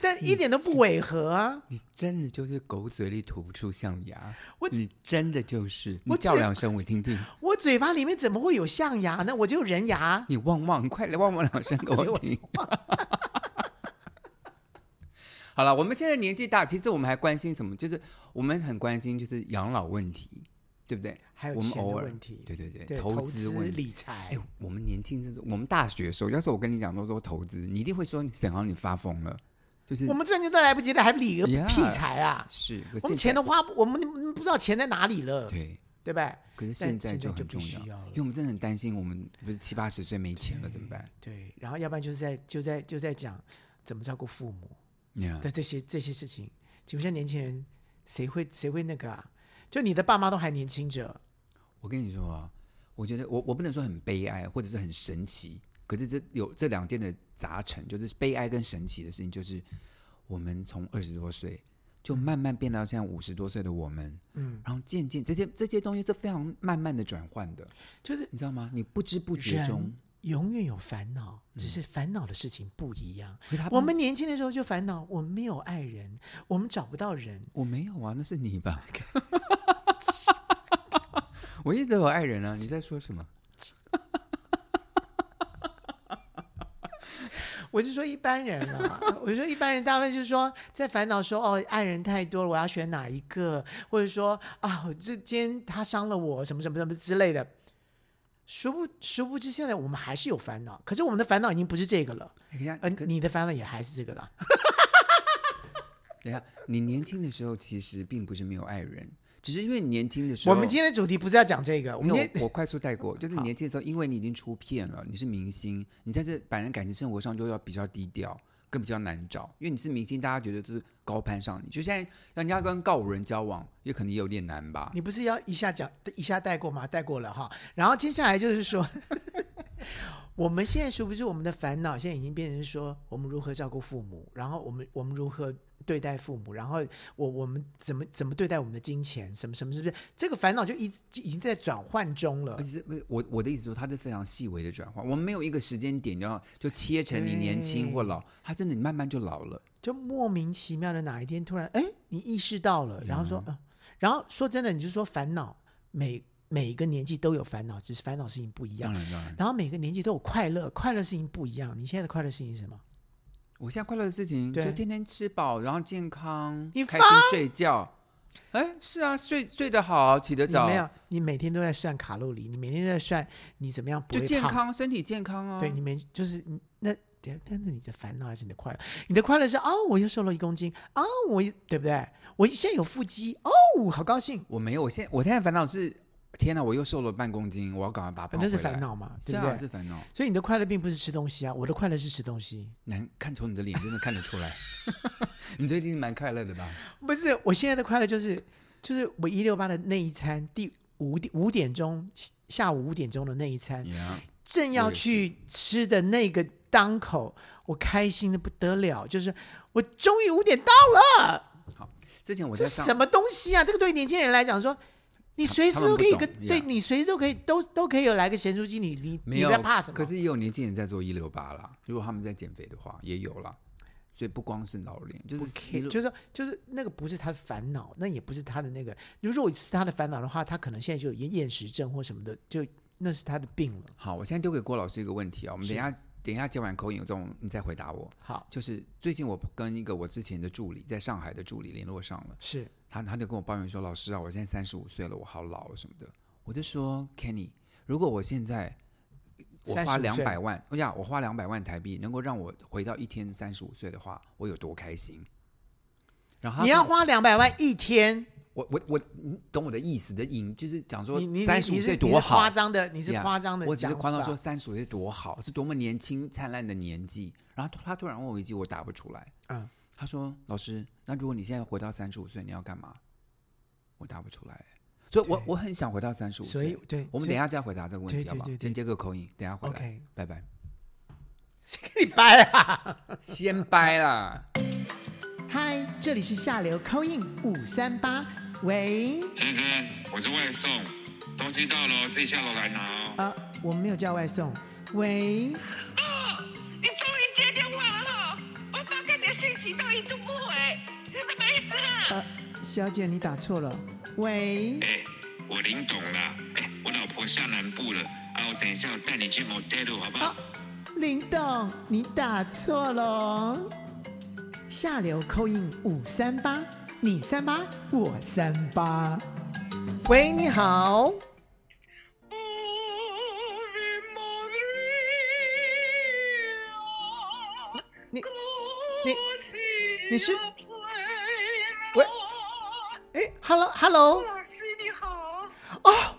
S1: 但一点都不违和啊！
S2: 你真的就是狗嘴里吐不出象牙，
S1: 我
S2: 你真的就是，
S1: 我
S2: 你叫
S1: 嘴
S2: 两声我听听，
S1: 我嘴巴里面怎么会有象牙呢？我只有人牙。
S2: 你汪汪，快来汪汪两声给
S1: *laughs*
S2: 我
S1: 我
S2: 听。好了，我们现在年纪大，其实我们还关心什么？就是我们很关心就是养老问题，对不对？
S1: 还有
S2: 我们
S1: 钱的
S2: 偶尔
S1: 问题
S2: 对对对，
S1: 对，
S2: 投
S1: 投
S2: 资
S1: 资
S2: 问题。
S1: 理财
S2: 哎，，我们年轻的时候，我们大学的时候，要是我跟你讲都说投资，你一定会说沈航你发疯了，就是
S1: 我们赚钱都来不及了，还理个
S2: Yeah
S1: 屁财啊！
S2: 是，可
S1: 我们
S2: 现
S1: 钱
S2: 在
S1: 都花不，我们不知道钱在哪里了，
S2: 对，
S1: 对不对？
S2: 可是
S1: 但
S2: 现在
S1: 现在就
S2: 就很
S1: 不
S2: 重
S1: 需
S2: 要，
S1: 要了
S2: 因为我们真的很担心，我们不是七八十岁没钱了怎么办？
S1: 对，然后要不然就是在就在就在讲怎么照顾父母，
S2: 你看
S1: 的这些这些事情，请问现在年轻人谁会谁会那个啊？就你的爸妈都还年轻着，
S2: 我跟你说啊，我觉得我我不能说很悲哀，或者是很神奇，可是这有这两件的杂陈，就是悲哀跟神奇的事情，就是我们从二十多岁
S1: 嗯
S2: 就慢慢变到现在五十多岁的我们，嗯，然后渐渐这些这些东西是非常慢慢的转换的，
S1: 就是
S2: 你知道吗？你不知不觉中
S1: 人，永远有烦恼，只是烦恼的事情不一样。
S2: 可是他
S1: 我们年轻的时候就烦恼，我们没有爱人，我们找不到人，
S2: 我没有啊，那是
S1: *laughs*
S2: 你吧？ *laughs* 我一直都有爱人啊，你在说什么？
S1: 我是说一般人啊， *laughs* 我是说一般人大部分就是说在烦恼说哦，爱人太多了，我要选哪一个，或者说啊，我这今天他伤了我，什么什么什么之类的。殊不殊不知，现在我们还是有烦恼，可是我们的烦恼已经不是这个了，
S2: 哎等一下，
S1: 而
S2: 可
S1: 你的烦恼也还是这个啦。
S2: 等一下，你年轻的时候其实并不是没有爱人，只是因啊为你年轻的时候，
S1: 我们今天的主题不是要讲这个，我
S2: 没
S1: 们今
S2: 有
S1: 天，
S2: 我快速带过，就是年轻的时候，因为你已经出片了，你是明星，你在这反正感情生活上就要比较低调，更比较难找，因为你是明星，大家觉得就是高攀上你。就现在，人家跟告五人交往，也可能也有点难吧？
S1: 你不是要一下讲一下带过吗？带过了哈，然后接下来就是说， *laughs* 我们现在殊不知我们的烦恼现在已经变成说，我们如何照顾父母，然后我们我们如何对待父母，然后我我们怎么怎么对待我们的金钱，什么什么，是不是？这个烦恼就一直已经在转换中了
S2: 而。且是不是我我的意思说，它是非常细微的转换，我们没有一个时间点，然后就切成你年轻或老，它真的你慢慢就老了。
S1: 就莫名其妙的哪一天突然，哎，你意识到了，然后说，呃、然后说真的，你就说烦恼，每每一个年纪都有烦恼，只是烦恼事情不一样
S2: 当。然当然，
S1: 然后每个年纪都有快乐，快乐事情不一样。你现在的快乐事情是什么？
S2: 我现在快乐的事情就
S1: 对
S2: 天天吃饱，然后健康
S1: 你，
S2: 开心睡觉。哎，是啊，睡睡得好，起得
S1: 你
S2: 早
S1: 没，有，你每天都在算卡路里，你每天都在算你怎么样不
S2: 就
S1: 会
S2: 健
S1: 胖。
S2: 康，身体健康啊。
S1: 对你每就是你那，但但是你的烦恼还是你的快乐。你的快乐是哦，我又瘦了一公斤，哦，我又对不对？我现在有腹肌，哦，好高兴。
S2: 我没有，我现我现在烦恼是，天哪，我又瘦了半公斤，我要赶快把它胖
S1: 那是
S2: 回来
S1: 烦，恼嘛，对
S2: 这
S1: 不
S2: 啊
S1: 对？
S2: 是烦恼。
S1: 所以你的快乐并不是吃东西啊，我的快乐是吃东西。
S2: 难看从你的脸真的看得出来， *laughs* 你最近蛮快
S1: *laughs*
S2: 乐的吧？
S1: 不是，我现在的快乐就是，就是我一六八的那一餐，第五点五点钟下午五点钟的那一餐，
S2: 呀、
S1: 正要去吃的那个当口，我开心的不得了，就是我终于五点到了，
S2: 之前我
S1: 这
S2: 在上
S1: 什么东西啊？这个对年轻人来讲说。你随时都可以
S2: 他
S1: 个
S2: 们不懂
S1: 对
S2: yeah
S1: 你随时都可以都都可以有来个咸酥鸡，你你
S2: 没
S1: 你
S2: 有
S1: 在怕什么？
S2: 可是也有年轻人在做一六八啦，如果他们在减肥的话，也有啦。所以不光是老龄，就
S1: 不
S2: 是一
S1: care，
S2: 路
S1: 就是说就是那个不是他的烦恼，那也不是他的那个。如果是他的烦恼的话，他可能现在就有厌厌食症或什么的，就那是他的病了。
S2: 好。我现在丢给郭老师一个问题啊，我们
S1: 是
S2: 等一下等一下接完口音有这种，你再回答我。
S1: 好，
S2: 就是最近我跟一个我之前的助理在上海的助理联络上了，
S1: 是
S2: 他他就跟我抱怨说：“老师啊，我现在三十五岁了，我好老什么的。”我就说：“Kenny，如果我现在我花
S1: 35
S2: 两
S1: 岁
S2: 百万，我想我花两百万台币能够让我回到一天三十五岁的话，我有多开心？”然后他
S1: 你要
S2: 说
S1: 花两百万一天，
S2: 我我我，你懂我的意思的引就是讲说
S1: 你你你
S2: 三十
S1: 你
S2: 五
S1: 是
S2: 岁
S1: 你
S2: 多
S1: 是
S2: 好
S1: 夸，张的，你是
S2: Yeah，
S1: 夸张的
S2: 我只是
S1: 讲
S2: 夸张
S1: 法
S2: 说三十五岁多好，是多么年轻灿烂的年纪。然后他突然问我一句，我答不出来。
S1: 嗯，
S2: 他说：“老师，那如果你现在回到三十五岁，你要干嘛？”我答不出来，所以我
S1: 对
S2: 我很想回到三十五
S1: 所以
S2: 岁。
S1: 对，
S2: 我们等一下再回答这个问
S1: 对
S2: 题，
S1: 对
S2: 好不好？
S1: 对对
S2: 先接个口音，等一下回来
S1: OK
S2: 拜拜。
S1: 谁给你掰啊？
S2: 先掰啦，
S1: *laughs* 嗨，这里是下流 c 印五三八，喂，
S3: 先生，我是外送，东西到了哦自己下楼来拿哦。
S1: 啊，我们没有叫外送，喂，
S4: 哦，你终于接电话了哈、我发给你的信息都一度不回，是什么意思啊？
S1: 呃，小姐你打错了，喂，
S3: 哎、我领懂了，哎、我老婆下南部了，啊，我等一下我带你去 motel 好不好？
S1: 啊，林董，你打错了哦。下流扣印五三八，你三八，我三八。喂，你好，你你你是喂哎，hello hello，
S4: 老师你好，
S1: 哦，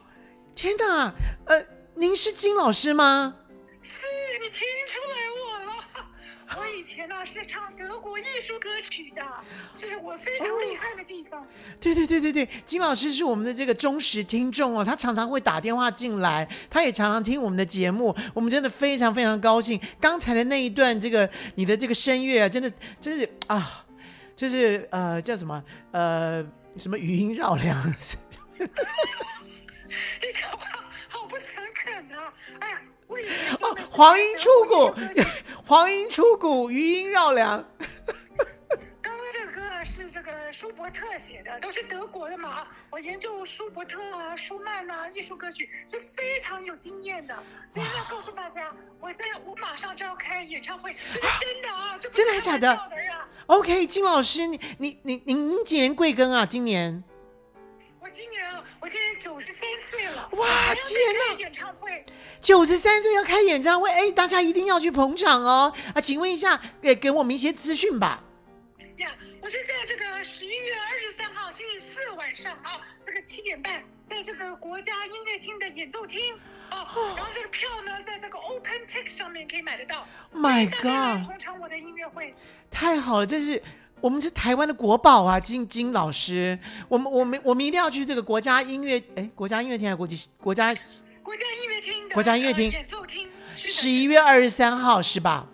S1: 天哪，呃，您是金老师吗？
S4: 是你听出来我了。我以前呢、是唱德国艺术歌曲的，这是我非常厉害的地方。
S1: 对对对对对，金老师是我们的这个忠实听众哦，他常常会打电话进来，他也常常听我们的节目，我们真的非常非常高兴。刚才的那一段，这个你的这个声乐啊，真的真是啊，就是呃叫什么呃什么余音绕梁，
S4: 你讲话哎好不诚恳啊！哎呀，我以前
S1: 哦
S4: 真的是
S1: 黄莺出谷
S4: 德国艺术歌曲，
S1: 黄莺出谷，余音绕梁。
S4: 刚刚这个歌是这个舒伯特写的，都是德国的嘛啊！我研究舒伯特啊、舒曼呐、艺术歌曲是非常有经验的。今天要告诉大家，我的我马上就要开演唱会，这是真的啊！这不是
S1: 真的还假的
S4: 开玩笑呀
S1: OK，金老师，你你你您您几年贵庚啊？今年
S4: 我今年我今年九十三岁了，
S1: 哇
S4: 马上就
S1: 天哪
S4: 开演唱会，
S1: 九十三岁要开演唱会，哎，大家一定要去捧场哦！啊，请问一下，给给我们一些资讯吧。
S4: 呀，我是在这个十一月二十三号星期四晚上啊，这个七点半，在这个国家音乐厅的演奏厅啊，
S1: 哦
S4: 然后这个票呢，在这个 OpenTix 上面可以买得到。
S1: My
S4: 大家来
S1: God，
S4: 捧场我的音乐会，
S1: 太好了，这是我们是台湾的国宝啊，金金老师，我们我们我们一定要去这个国家音乐，哎，国家音乐厅还是国际国家
S4: 国家音乐厅的
S1: 国家音乐厅
S4: 呃演奏厅，
S1: 十
S4: 是的
S1: 一月二十三号是吧？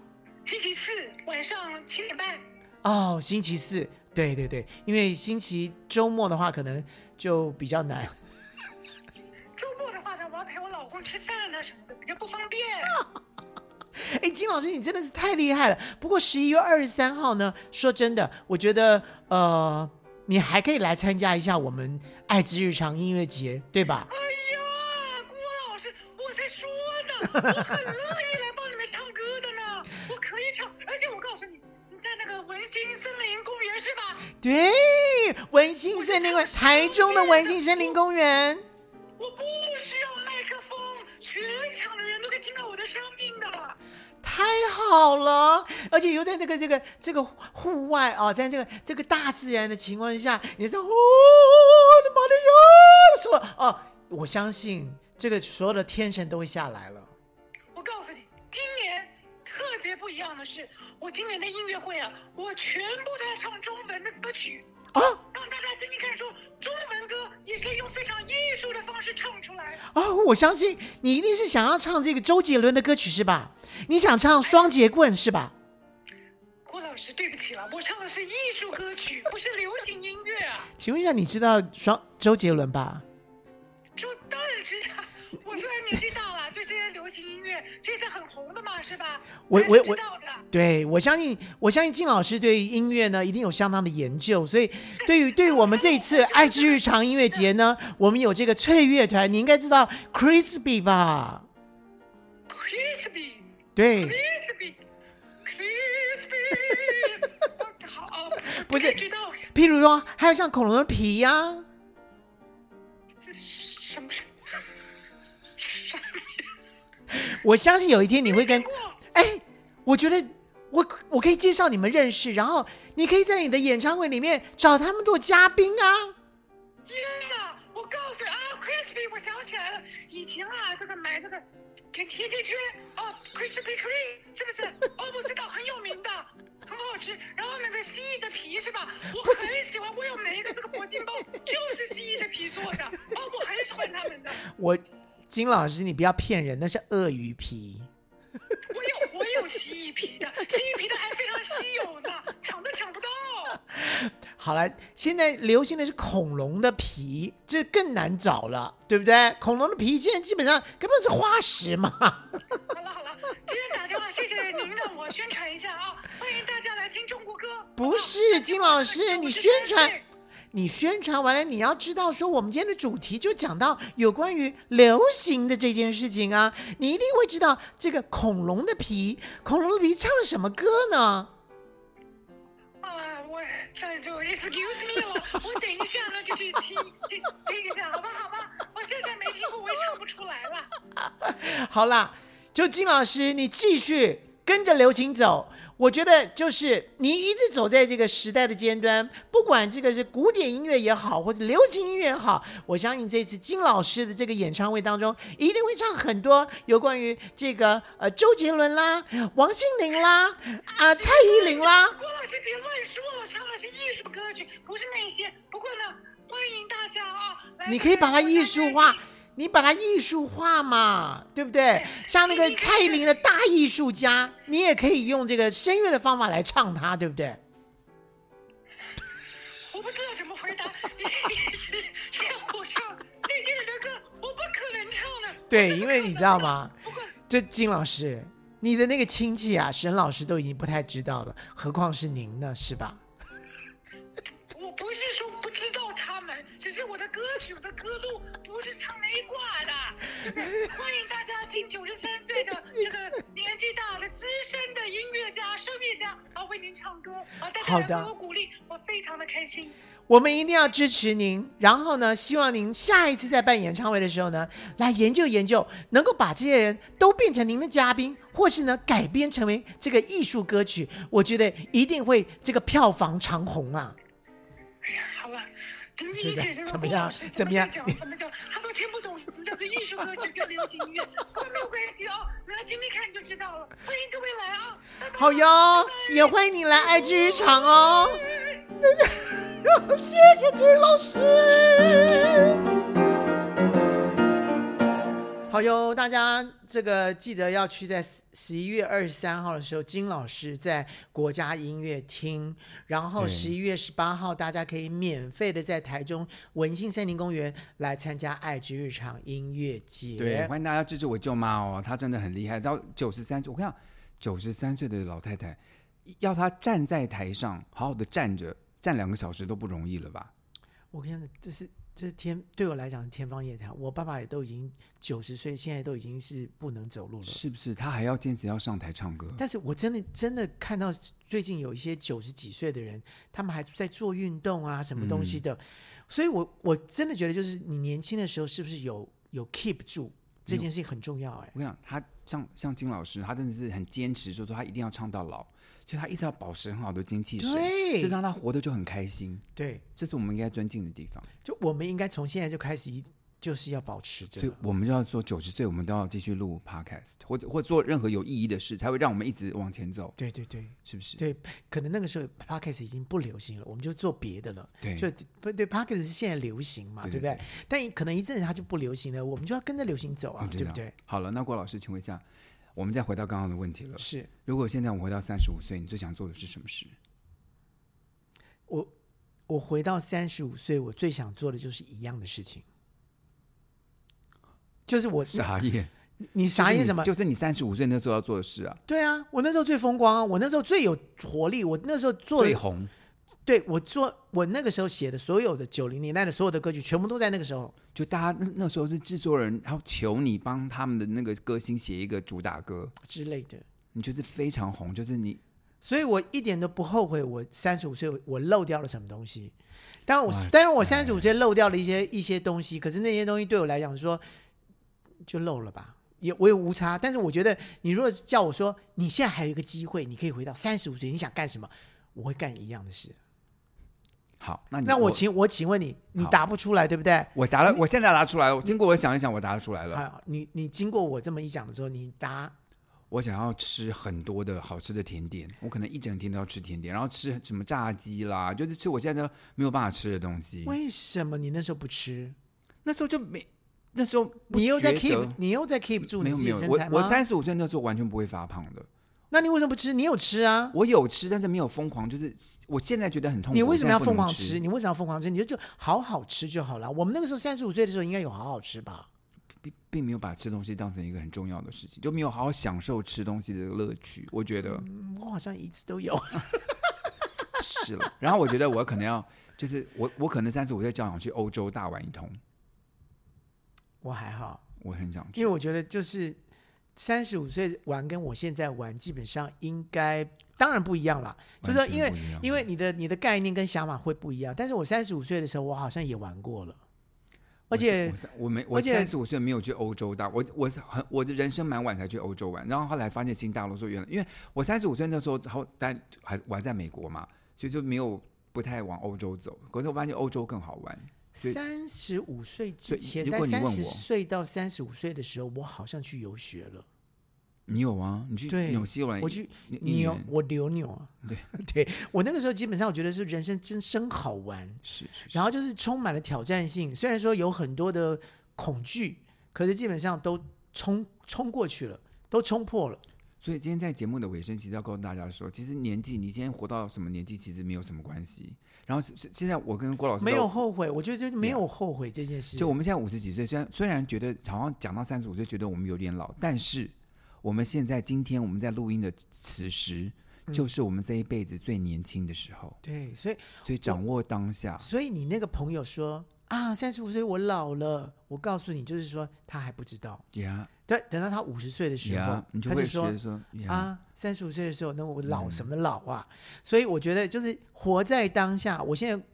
S4: 星期四晚上七点半。
S1: 哦，星期四，对对对，因为星期周末的话可能就比较难。
S4: 周末的话呢，我要陪我老公吃饭啊什么的，比较不方便。
S1: 哎，金老师，你真的是太厉害了。不过十一月二十三号呢，说真的，我觉得呃，你还可以来参加一下我们爱之日常音乐节，对吧？
S4: 哎呀，郭老师，我才说呢，我很乐意来帮你们唱歌的呢， *laughs* 我可以唱，而且我告诉你，你在那个文心森林公园是吧？
S1: 对，文心森林公园，台中的文心森林公园。
S4: 我不需要麦克风，全场的人都可以听到我的声音的。
S1: 太好了，而且又在这个这个这个户外啊，在这个这个大自然的情况下，你是哦，我的妈的哟，说哦，我相信这个所有的天神都会下来了。
S4: 我告诉你，今年特别不一样的是，我今年的音乐会啊，我全部都要唱中文的歌曲
S1: 啊，
S4: 让大家今天看出中文歌也可以用非常艺术的方式唱出来。
S1: 啊、我相信你一定是想要唱这个周杰伦的歌曲是吧？你想唱《双截棍》是吧？
S4: 郭老师，对不起了，我唱的是艺术歌曲，不是流行音乐啊。
S1: 请问一下，你知道双周杰伦吧？
S4: 就当然知道，我虽然年纪大了，对这些流行音乐现在很红的嘛，是吧？
S1: 我
S4: 还是
S1: 我我
S4: 知道的。
S1: 对，我相信，我相信靳老师对于音乐呢一定有相当的研究，所以对于对于我们这一次爱之日常音乐节呢， *laughs* 我们有这个翠乐团，你应该知道 Crispy 吧？
S4: Crispy。 *laughs* 嗯
S1: 对，
S4: crispy crispy，好哦，
S1: 不是
S4: 太知道
S1: 譬如说还有像恐龙的皮呀、
S4: 这是什么
S1: 我相信有一天你会跟
S4: 过，
S1: 哎，我觉得我我可以介绍你们认识，然后你可以在你的演唱会里面找他们做嘉宾啊。
S4: 天哪！我告诉你啊，crispy，我想起来了，以前啊，这个买这个甜甜甜圈哦，crispy cream 是不是？
S1: *laughs*
S4: 哦，我知道，很有名的，很好吃。然后那个蜥蜴的皮是吧？我
S1: 不是
S4: 很喜欢，我有每一个这个铂金包就是蜥蜴的皮做
S1: *laughs*
S4: 的，哦，我很喜欢他们的。
S1: 我金老师，你不要骗人，那是鳄鱼皮。
S4: 我有我有蜥蜴皮的，蜥蜴皮的还非常稀有呢，抢都抢不到。
S1: 好了，现在流行的是恐龙的皮，这更难找了，对不对？恐龙的皮现在基本上根本是化石嘛。
S4: 好了好了，今天打电话，谢谢您让我宣传一下啊，欢迎大家来听中国歌。
S1: 不是，金老师，你宣传
S4: 对，
S1: 你宣传完了，你要知道说我们今天的主题就讲到有关于流行的这件事情啊，你一定会知道这个恐龙的皮，恐龙的皮唱了什么歌呢？
S4: 啊，我那就 excuse me 了，我等一下呢就去听听听一下，好吧好吧，我现在没听过，我也唱不出来了。
S1: 好啦，就金老师，你继续跟着流行走。我觉得就是你一直走在这个时代的尖端，不管这个是古典音乐也好，或者流行音乐也好，我相信这次金老师的这个演唱会当中，一定会唱很多有关于这个呃周杰伦啦、王心凌啦、啊、蔡依林啦。
S4: 郭老师别乱说了，唱的是艺术歌曲，不是那些。不过呢，欢迎大家啊，来
S1: 你可以把它艺术化
S4: 参加，
S1: 你把它艺术化嘛，对不对？像那个蔡依林的大艺术家，你也可以用这个声乐的方法来唱它，对不对？
S4: 我不知道怎么回答， *laughs* 你是让我唱那些人的歌，我不可能唱的。
S1: 对，因为你知道吗
S4: 不过？
S1: 这金老师，你的那个亲戚啊，沈老师都已经不太知道了，何况是您呢，是吧？
S4: 我不是说不知道他们，只是我的歌曲、我的歌路不是唱那一挂的，对不对？欢迎大家听九十三
S1: *laughs*
S4: 岁的这个年纪大的资深的音乐家、声乐家啊为您唱歌啊，大
S1: 好
S4: 家
S1: 的
S4: 来给我鼓励，我非常的开心。
S1: 我们一定要支持您，然后呢，希望您下一次在办演唱会的时候呢，来研究研究，能够把这些人都变成您的嘉宾，或是呢改编成为这个艺术歌曲，我觉得一定会这个票房长红啊！
S4: 哎呀，好了。你
S1: 这个
S4: 姐这
S1: *laughs*
S4: 个
S1: 怎么
S4: 郭
S1: 样
S4: 老师
S1: 怎么样
S4: 讲怎么讲？他都听不懂什么叫做艺术歌曲跟流行音乐，不过没有关系哦，你来听听看你就知道了。欢迎各位来啊！拜拜
S1: 好哟，也欢迎你来爱之日常哦。 *laughs* 谢谢金老师。好哟，大家这个记得要去在十一月二十三号的时候，金老师在国家音乐厅，然后
S2: 对
S1: 十一月十八号，大家可以免费的在台中文心森林公园来参加爱之日常音乐节。
S2: 对，欢迎大家支持我舅妈哦，她真的很厉害，到九十三岁，我跟你讲，九十三岁的老太太，要她站在台上好好的站着，站两个小时都不容易了吧？
S1: 我跟你讲，这是这是天对我来讲是天方夜谭。我爸爸也都已经九十岁，现在都已经是不能走路了。
S2: 是不是？她还要坚持要上台唱歌？
S1: 但是我真的真的看到最近有一些九十几岁的人，他们还在做运动啊，什么东西的，所以我我真的觉得，就是你年轻的时候是不是有有 keep 住这件事情很重要哎、
S2: 我跟你讲，她像像金老师，她真的是很坚持，说说她一定要唱到老，所以她一直要保持很好的精气神，
S1: 对
S2: 这让她活得就很开心，
S1: 对，
S2: 这是我们应该尊敬的地方。
S1: 就我们应该从现在就开始一就是要保持着
S2: 所以。我们就要说九十岁，我们都要继续录 podcast，或者或做任何有意义的事，才会让我们一直往前走，
S1: 对对对
S2: 是不是？
S1: 对，可能那个时候 podcast 已经不流行了，我们就做别的了。
S2: 对
S1: 就不对，podcast 是现在流行嘛，
S2: 对
S1: 对不
S2: 对
S1: 对？但可能一阵子它就不流行了，我们就要跟着流行走啊
S2: 我，知
S1: 对不
S2: 道
S1: 对？？
S2: 好了，那郭老师，请问一下，我们再回到刚刚的问题了。
S1: 是
S2: 如果现在我们回到三十五岁，你最想做的是什么事？
S1: 我我回到三十五岁，我最想做的就是一样的事情，就是我
S2: 傻眼，
S1: 你你傻眼什么？
S2: 就是你三十五岁那时候要做的事啊，
S1: 对啊，我那时候最风光啊，我那时候最有活力，我那时候做
S2: 最红。
S1: 对我做我那个时候写的所有的九零年代的所有的歌曲，全部都在那个时候。
S2: 就大家那那时候是制作人，然后求你帮他们的那个歌星写一个主打歌，
S1: 之类的，
S2: 你就是非常红，就是你
S1: 所以我一点都不后悔。我三十五岁，我漏掉了什么东西？当然我
S2: 哇塞，
S1: 当然我三十五岁漏掉了一些一些东西，可是那些东西对我来讲说，就漏了吧，也我也无差。但是我觉得，你如果叫我说你现在还有一个机会，你可以回到三十五岁，你想干什么？我会干一样的事。
S2: 好。那你
S1: 那我嗯
S2: 嗯我
S1: 请我请问你，你
S2: 好
S1: 答不出来，对不对？
S2: 我答了，我现在答出来了。经过我想一想，我答得出来了。
S1: 好，你你经过我这么一讲的时候，你答
S2: 我想要吃很多的好吃的甜点，我可能一整天都要吃甜点，然后吃什么炸鸡啦，就是吃我现在都没有办法吃的东西。
S1: 为什么你那时候不吃？
S2: 那时候就没，那时候不
S1: 你又在
S2: 觉得
S1: keep，你又在 keep 住
S2: 没
S1: 你
S2: 有
S1: 自己的，
S2: 没有
S1: 身
S2: 我
S1: 材吗？
S2: 我三十五岁那时候完全不会发胖的，
S1: 那你为什么不吃？你有吃啊？
S2: 我有吃，但是没有疯狂，就是我现在觉得很痛苦。
S1: 你为什么要
S2: 我现在不
S1: 疯
S2: 能
S1: 狂
S2: 吃
S1: 吃？？你为什么要疯狂吃？你就就好好吃就好了。我们那个时候三十五岁的时候，应该有好好吃吧？
S2: 并并没有把吃东西当成一个很重要的事情，就没有好好享受吃东西的乐趣。我觉得
S1: 嗯我好像一直都有。 *laughs*
S2: 是了。 *laughs* 然后我觉得我可能要，就是我我可能三十五岁就想去欧洲大玩一通，
S1: 我还好，
S2: 我很想去。
S1: 因为我觉得就是三十五岁玩跟我现在玩基本上应该当然不一样了，就是说
S2: 完全
S1: 因为
S2: 不一样
S1: 因为你的你的概念跟想法会不一样。但是我三十五岁的时候，我好像也玩过了，而且
S2: 我三我没我
S1: 而且
S2: 三十五岁没有去欧洲大，我我是很我的人生蛮晚才去欧洲玩，然后后来发现新大陆说原来，因为我三十五岁那时候然后待还我还在美国嘛，所以就没有不太往欧洲走。可是我发现欧洲更好玩，对
S1: 三十五岁之
S2: 对
S1: 前，
S2: 如
S1: 在
S2: 果你问
S1: 三十
S2: 我
S1: 岁到三十五岁的时候，我好像去游学了。
S2: 你有啊？你去
S1: 对
S2: 纽西兰，
S1: 我去
S2: 一一
S1: 牛
S2: 年，
S1: 我留牛啊。 *laughs* 对，对我那个时候基本上我觉得是人生真真好玩，
S2: 是是是
S1: 然后就是充满了挑战性。虽然说有很多的恐惧，可是基本上都冲冲过去了，都冲破了。
S2: 所以今天在节目的尾声，其实要告诉大家说，其实年纪，你今天活到什么年纪，其实没有什么关系。然后是是现在我跟郭老师都
S1: 没有，后悔，我觉得就没有后悔这件事。
S2: 就我们现在五十几岁，虽然虽然觉得好像讲到三十五岁，觉得我们有点老，但是我们现在今天我们在录音的此时，
S1: 嗯
S2: 就是我们这一辈子最年轻的时候，
S1: 对，所以
S2: 所以掌握当下。
S1: 所以你那个朋友说啊，三十五岁我老了，我告诉你，就是说他还不知道。
S2: 呀
S1: 对，等到他五十岁的时候
S2: 呀，你，就
S1: 他
S2: 会
S1: 就
S2: 觉
S1: 说
S2: 得说呀，
S1: 啊，三十五岁的时候，那我
S2: 嗯
S1: 老什么老啊？所以我觉得就是活在当下。我现在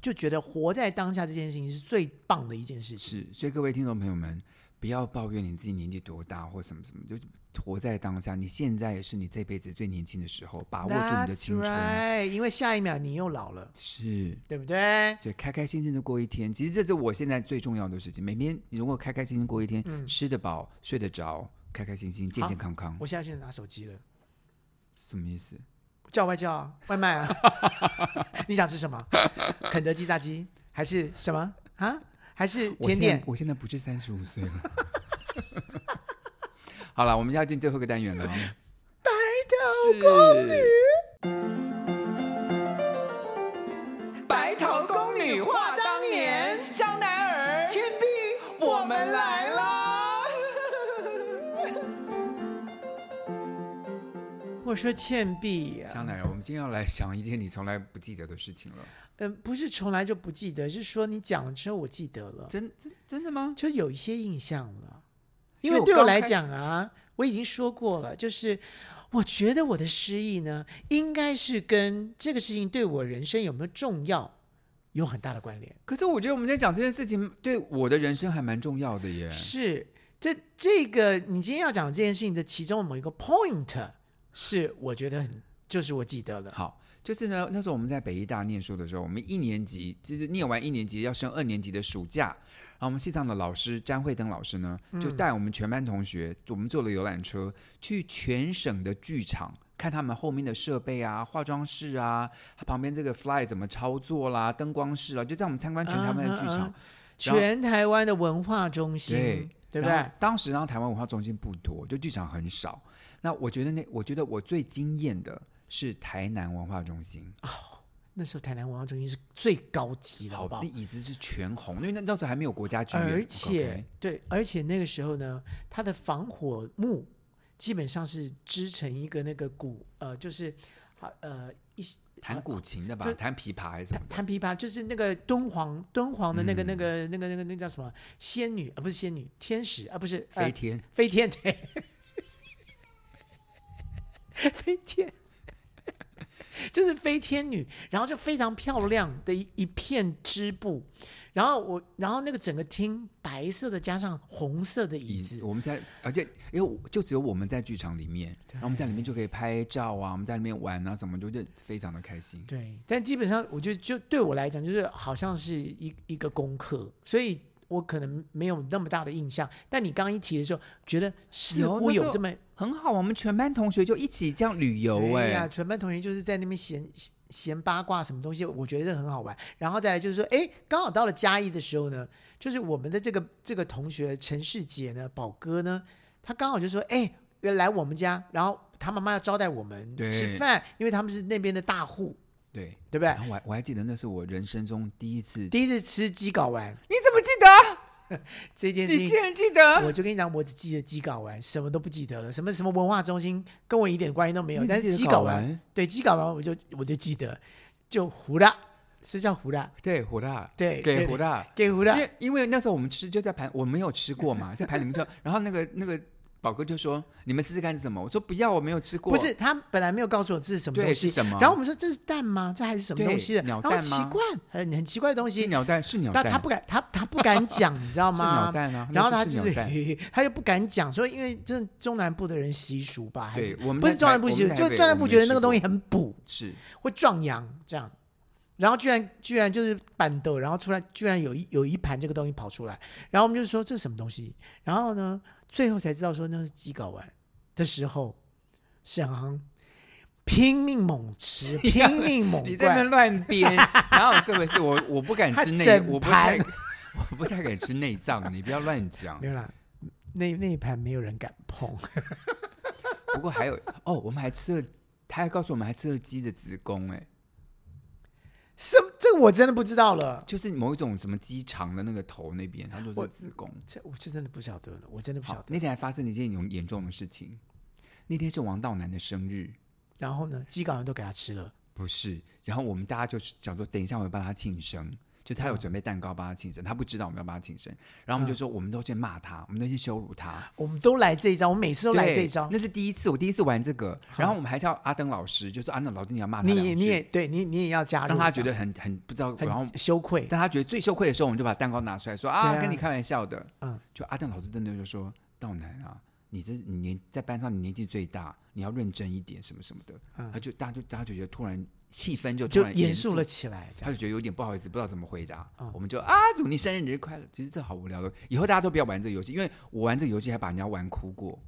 S1: 就觉得活在当下这件事情是最棒的一件事情。
S2: 是。所以各位听众朋友们，不要抱怨你自己年纪多大或什么什么，就活在当下。你现在是你这辈子最年轻的时候，把握住你的
S1: That's
S2: 青春。
S1: right，因为下一秒你又老了，
S2: 是，
S1: 对不对？
S2: 对，开开心心的过一天，其实这是我现在最重要的事情。每天你如果开开心心过一天，
S1: 嗯
S2: 吃得饱，睡得着，开开心心，健健康康，
S1: 我现在去拿手机了，
S2: 什么意思？
S1: 叫外叫啊外卖
S2: *laughs*
S1: 啊。你想吃什么？肯德基炸鸡还是什么啊？还是
S2: 我
S1: 甜
S2: 现在
S1: 点？
S2: 我现在不是三十五岁了。好了，我们要进最后一个单
S1: *laughs*
S2: 元了。哦白头宫女，
S1: 白头宫女话当年，香奈儿、倩碧，我们来啦！我说倩碧、啊，
S2: 香奈儿，我们今天要来想一件你从来不记得的事情了。
S1: 嗯、不是从来就不记得，是说你讲了之后我记得了，
S2: 真真真的吗？
S1: 就有一些印象了。因
S2: 因为
S1: 为
S2: 我
S1: 对我
S2: 刚
S1: 来
S2: 开
S1: 讲啊，我已经说过了，就是我觉得我的失忆呢，应该是跟这个事情对我人生有没有重要有很大的关联。
S2: 可是我觉得我们在讲这件事情，对我的人生还蛮重要的耶。
S1: 是，这这个你今天要讲的这件事情的其中某一个 point 是我觉得很就是我记得了。
S2: 好，就是呢，那时候我们在北医大念书的时候，我们一年级就是念完一年级要升二年级的暑假，然后我们系上的老师詹慧登老师呢，就
S1: 嗯
S2: 带我们全班同学，我们坐了游览车去全省的剧场。看他们后面的设备啊，化妆室啊，它旁边这个 fly 怎么操作啦，灯光室啊，就在我们参观全台湾的剧
S1: 嗯
S2: 场。嗯然后
S1: 全台湾的文化中
S2: 对
S1: 心，对不
S2: 然后
S1: 对？
S2: 当时然后台湾文化中心不多，就剧场很少。那我觉得那我觉得我最惊艳的是台南文化中心。
S1: 那时候台南文化中心是最高级的，好不
S2: 好，
S1: 好
S2: 那？椅子是全红，因为那那时候还没有国家剧院，
S1: 而且
S2: OK
S1: 对，而且那个时候呢，它的防火幕基本上是织成一个那个鼓，呃，就是好呃一些
S2: 弹古琴的吧
S1: 就，
S2: 弹琵琶还是什
S1: 弹
S2: 么的？
S1: 弹琵琶，就是那个敦煌敦煌的那个、
S2: 嗯
S1: 那个那个那个那个叫什么仙女啊，不是仙女，天使啊，不是呃
S2: 飞天，
S1: 飞天 *laughs* 对，飞天。 *laughs* 就是飞天女，然后就非常漂亮的一一片织布，然后我，然后那个整个厅白色的加上红色的椅
S2: 椅
S1: 子
S2: 子，，我们在，而且因为我就只有我们在剧场里面，然后我们在里面就可以拍照啊，我们在里面玩啊什么，就就非常的开心。
S1: 对，但基本上我觉得就对我来讲，就是好像是一一个功课，所以我可能没有那么大的印象。但你刚刚一提的时候，觉得似
S2: 有
S1: 乎
S2: 那时
S1: 有
S2: 候
S1: 这么
S2: 很好，我们全班同学就一起这样旅游、
S1: 哎
S2: 哎、
S1: 呀，全班同学就是在那边闲闲闲八卦什么东西，我觉得这很好玩。然后再来就是说，哎，刚好到了嘉义的时候呢，就是我们的这个这个同学陈世杰呢，宝哥呢，他刚好就说，哎，来我们家，然后他妈妈要招待我们
S2: 对
S1: 吃饭，因为他们是那边的大户，
S2: 对。
S1: 对不对
S2: 然？后我还我还记得那是我人生中第一次，你
S1: 第一次吃鸡睾丸
S2: 怎么记得？
S1: 这件事
S2: 你
S1: 情
S2: 竟。然记得？
S1: 我就跟你讲，我只记得鸡睾丸，什么都不记得了。什么什么文化中心跟我一点关系都没有，
S2: 你只
S1: 但是
S2: 记得
S1: 鸡
S2: 睾
S1: 睾丸
S2: 丸，
S1: 对鸡睾丸，我就我就记得，就胡辣，是叫胡辣，
S2: 对，胡大，
S1: 对对
S2: 给
S1: 对
S2: 胡大，
S1: 给胡
S2: 因
S1: 辣，
S2: 为因为那时候我们吃就在盘，我没有吃
S1: *laughs*
S2: 过嘛，在盘里面就，然后那个那个宝哥就说：“你们试试看是什么？”我说：“不要，我没有吃过。”
S1: 不是他本来没有告诉我这是什么
S2: 对
S1: 东西，
S2: 是什么
S1: 然后我们说这是蛋吗？这还是什么
S2: 对
S1: 东西的？
S2: 鸟
S1: 然后
S2: 蛋
S1: 奇
S2: 吗
S1: 怪，很很奇怪的东
S2: 是
S1: 西。
S2: 鸟蛋，是鸟
S1: 但
S2: 蛋，
S1: 他不敢，他他不敢
S2: *laughs*
S1: 讲，你知道
S2: 是
S1: 吗
S2: 鸟？蛋啊
S1: 然后
S2: 那
S1: 他
S2: 是
S1: 就
S2: 鸟
S1: *laughs*
S2: 蛋
S1: 是他又不敢讲，说因为这中南部的人习俗吧，还
S2: 对
S1: 是
S2: 我们
S1: 不是
S2: 在
S1: 中南
S2: 台
S1: 部
S2: 我
S1: 习
S2: 们
S1: 俗，就
S2: 在台北
S1: 中南
S2: 我
S1: 部
S2: 们
S1: 觉得
S2: 没
S1: 那个
S2: 吃
S1: 东西
S2: 过
S1: 很补，
S2: 是
S1: 会壮阳这样。然后居然居然就是板豆，然后出来居然有一有一盘这个东西跑出来，然后我们就说这是什么东西？然后呢，最后才知道说那是鸡睾丸的时候，沈航拼命猛吃，拼命猛
S2: *laughs* 你在那边
S1: 灌，
S2: 乱
S1: *laughs*
S2: 编。然后这回是我我不敢吃
S1: 他
S2: 内，
S1: 整
S2: 我不太我不太敢吃内脏，你不要
S1: *laughs*
S2: 乱讲
S1: 没。有啦，那那一盘没有人敢碰， *laughs*
S2: 不过还有哦，我们还吃了，他还告诉我们还吃了鸡的子宫，哎，
S1: 什么这个我真的不知道了，
S2: 就是某一种什么鸡肠的那个头那边，他说
S1: 我
S2: 是子宫。
S1: 这我就真的不晓得了，我真的不晓
S2: 好，
S1: 得。
S2: 那天还发生了一件严严重的事情。那天是王道南的生日，
S1: 然后呢，鸡睾丸都给他吃了，
S2: 不是。然后我们大家就是想说，等一下我们帮他庆生，就
S1: 嗯
S2: 他有准备蛋糕帮他庆生，他不知道我们要帮他庆生。然后我们就说，我们都去骂他，我们都去羞辱他，
S1: 我们都来这一招，我们每次都来
S2: 对
S1: 这一招。
S2: 那是第一次，我第一次玩这个。然后我们还叫阿登老师，就说阿登老师你要骂他两
S1: 你
S2: 句，
S1: 你也对你你也要加入，
S2: 让他觉得很很不知道，然后
S1: 很羞愧。
S2: 当他觉得最羞愧的时候，我们就把蛋糕拿出来说啊，
S1: 对啊
S2: 跟你开玩笑的。
S1: 嗯
S2: 嗯，就阿蛋老师真的就说，道南啊，你这你年在班上你年纪最大，你要认真一点什么什么的。他就大家就大家就觉得突然气氛就突
S1: 就
S2: 然
S1: 严
S2: 肃
S1: 肃了，起来，这
S2: 他
S1: 样
S2: 就觉得有点不好意思，不知道怎么回答。我们就啊，祝你生日日快乐。其实这好无聊的，以后大家都不要玩这个游戏，因为我玩这个游戏还把人家玩哭过。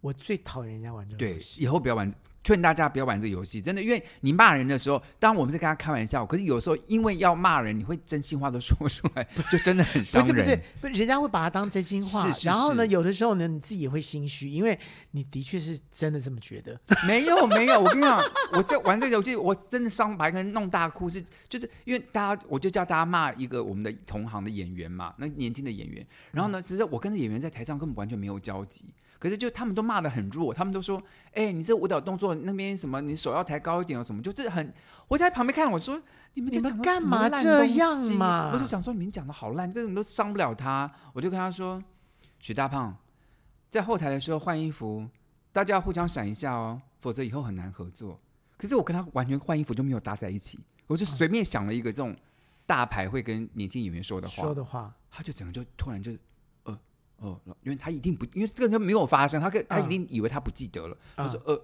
S1: 我最讨厌人家玩这种
S2: 对
S1: 游，戏。
S2: 以后不要玩，劝大家不要玩这个游戏，真的，因为你骂人的时候，当然我们是跟他开玩笑，可是有时候因为要骂人，你会真心话都说出来，就真的很伤
S1: *laughs* 不
S2: 人。
S1: 是不是不是，人家会把它当真心话。
S2: 是是
S1: 然后呢，
S2: 是不
S1: 有的时候呢，你自己也会心虚，因为你的确是真的这么觉得。
S2: *laughs* 没有没有，我跟你讲，我在玩这个游戏，我真的伤白跟弄大哭是，就是因为大家，我就叫大家骂一个我们的同行的演员嘛，那年轻的演员。然后呢，其实我跟着演员在台上根本完全没有交集，可是就他们都骂的很弱，他们都说，哎、你这舞蹈动作那边什么，你手要抬高一点哦，什么，就是很，我在旁边看，我说。你们在
S1: 你们
S2: 讲的
S1: 干
S2: 什么
S1: 嘛
S2: 烂
S1: 这
S2: 东西
S1: 样嘛
S2: 我就想说你们讲的好烂，这种都伤不了他。我就跟他说，许大胖，在后台的时候换衣服，大家要互相闪一下哦，否则以后很难合作。可是我跟他完全换衣服就没有搭在一起，我就随便想了一个这种大牌会跟年轻演员说的话，
S1: 说的话，
S2: 他就整个就突然就，呃，
S1: 嗯
S2: 哦，因为他一定不，因为这个就没有发生，他跟他一定以为他不记得了，他说，呃，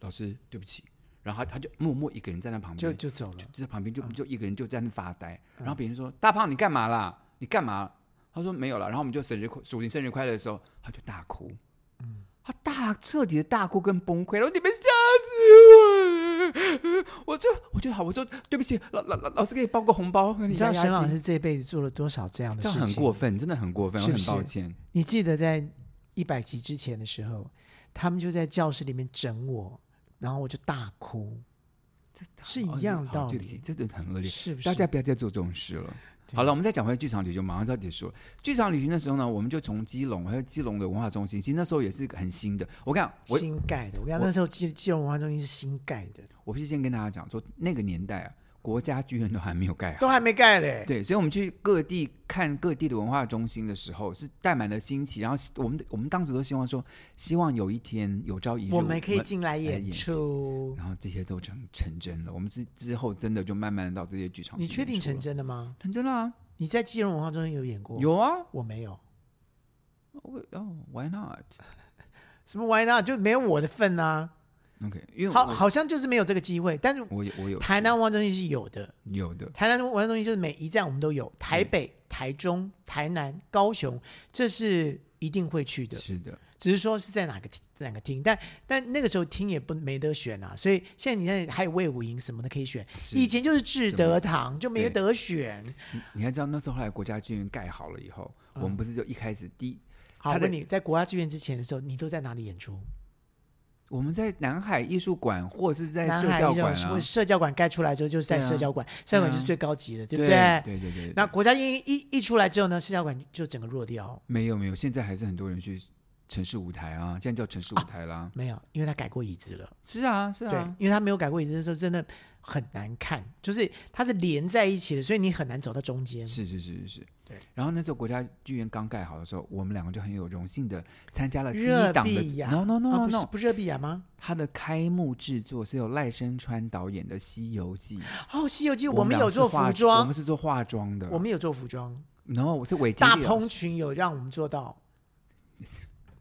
S2: 老师对不起，然后他他就默默一个人站在旁边，
S1: 就就走了。
S2: 就在旁边就
S1: 嗯
S2: 就一个人就在那发呆。然后别人说：“大胖，你干嘛啦？你干嘛？”他说：“没有了。”然后我们就生日快，属灵生日快乐的时候，他就大哭，
S1: 嗯
S2: 他大彻底的大哭跟崩溃，然后你们吓死我了！我就我就好，我就对不起，老老老老师给你包个红包，给
S1: 你
S2: 你
S1: 知道
S2: 压
S1: 沈
S2: 压
S1: 老
S2: 惊。
S1: 师这辈子做了多少这样的
S2: 这
S1: 事
S2: 样
S1: 情？
S2: 很过分，真的很过分，
S1: 是不是
S2: 我很抱歉。
S1: 你记得在一百集之前的时候，他们就在教室里面整我，然后我就大哭，是一样的
S2: 好
S1: 道
S2: 哦对不起，
S1: 理，
S2: 真的很恶劣。
S1: 是不
S2: 大
S1: 是？
S2: 家不要再做这种事了。好了，我们再讲回剧场旅游，马上就要结束了。剧场旅行的时候呢，我们就从基隆，还有基隆的文化中心，其实那时候也是很新的。我跟你讲，我
S1: 新盖的，我跟你讲，那时候基基隆文化中心是新盖的，
S2: 我必须先跟大家讲说，那个年代啊，国家剧院都还没有盖好
S1: 都。还没盖嘞。
S2: 对，所以我们去各地看各地的文化中心的时候，是带满了新奇。然后我们我们当时都希望说，希望有一天有朝一日
S1: 我们可以
S2: 们
S1: 进来演
S2: 演戏
S1: 出，
S2: 然后这些都成成真了。我们之之后真的就慢慢地到这些剧场。
S1: 你确定成？真了吗？
S2: 成真了啊、
S1: 你在基隆文化中心有演过？，
S2: 有啊。
S1: 我没有。
S2: 我哦，Why not？
S1: 什么 Why not 就没有我的份啊？
S2: OK，因为
S1: 好，
S2: 我
S1: 好像就是没有这个机会。但是
S2: 我有我有
S1: 台南文化中心是有的，
S2: 有的，
S1: 台南文化中心就是每一站我们都有，台北、台中、台南、高雄，这是一定会去的，
S2: 是的，
S1: 只是说是在哪个在哪个厅。但但那个时候厅也不没得选啊，所以现在你看还有魏武营什么的可以选，
S2: 是
S1: 以前就是志德堂就没
S2: 对
S1: 得选。
S2: 你还知道那时候后来国家剧院盖好了以后，
S1: 嗯
S2: 我们不是就一开始第一
S1: 好，
S2: 他
S1: 我
S2: 的
S1: 问你在国家剧院之前的时候，你都在哪里演出？
S2: 我们在南海艺术馆或者是在
S1: 南
S2: 社
S1: 海
S2: 教
S1: 这
S2: 馆
S1: 种
S2: 啊，
S1: 社教馆盖出来之后，就是在
S2: 对啊
S1: 社教馆，社教馆
S2: 对啊
S1: 就是最高级的，对不
S2: 对啊对对对，
S1: 那国家一一一出来之后呢，社教馆就整个哦弱掉，
S2: 没有没有，现在还是很多人去城市舞台啊，现在叫城市舞台啦，
S1: 没有，因为他改过椅子了。
S2: 是啊是
S1: 对
S2: 啊，，
S1: 因为他没有改过椅子的时候，真的很难看，就是它是连在一起的，所以你很难走到中间。
S2: 是是是是是，
S1: 对。
S2: 然后那时候国家剧院刚盖好的时候，我们两个就很有荣幸的参加了第
S1: 热
S2: 一档
S1: 比
S2: 的
S1: 亚
S2: ，no no no
S1: 啊
S2: no
S1: 不是
S2: no，
S1: 不是热比亚吗？
S2: 它的开幕制作是由赖声川导演的《西游记》。
S1: 哦，《西游记》
S2: 我
S1: 们
S2: 俩
S1: 有
S2: 是
S1: 做
S2: 化
S1: 服
S2: 我
S1: 妆
S2: 们，是做化妆的。
S1: 我们有做服装，
S2: 然后我是伟杰
S1: 大
S2: 利老
S1: 蓬
S2: 师
S1: 裙有让我们做到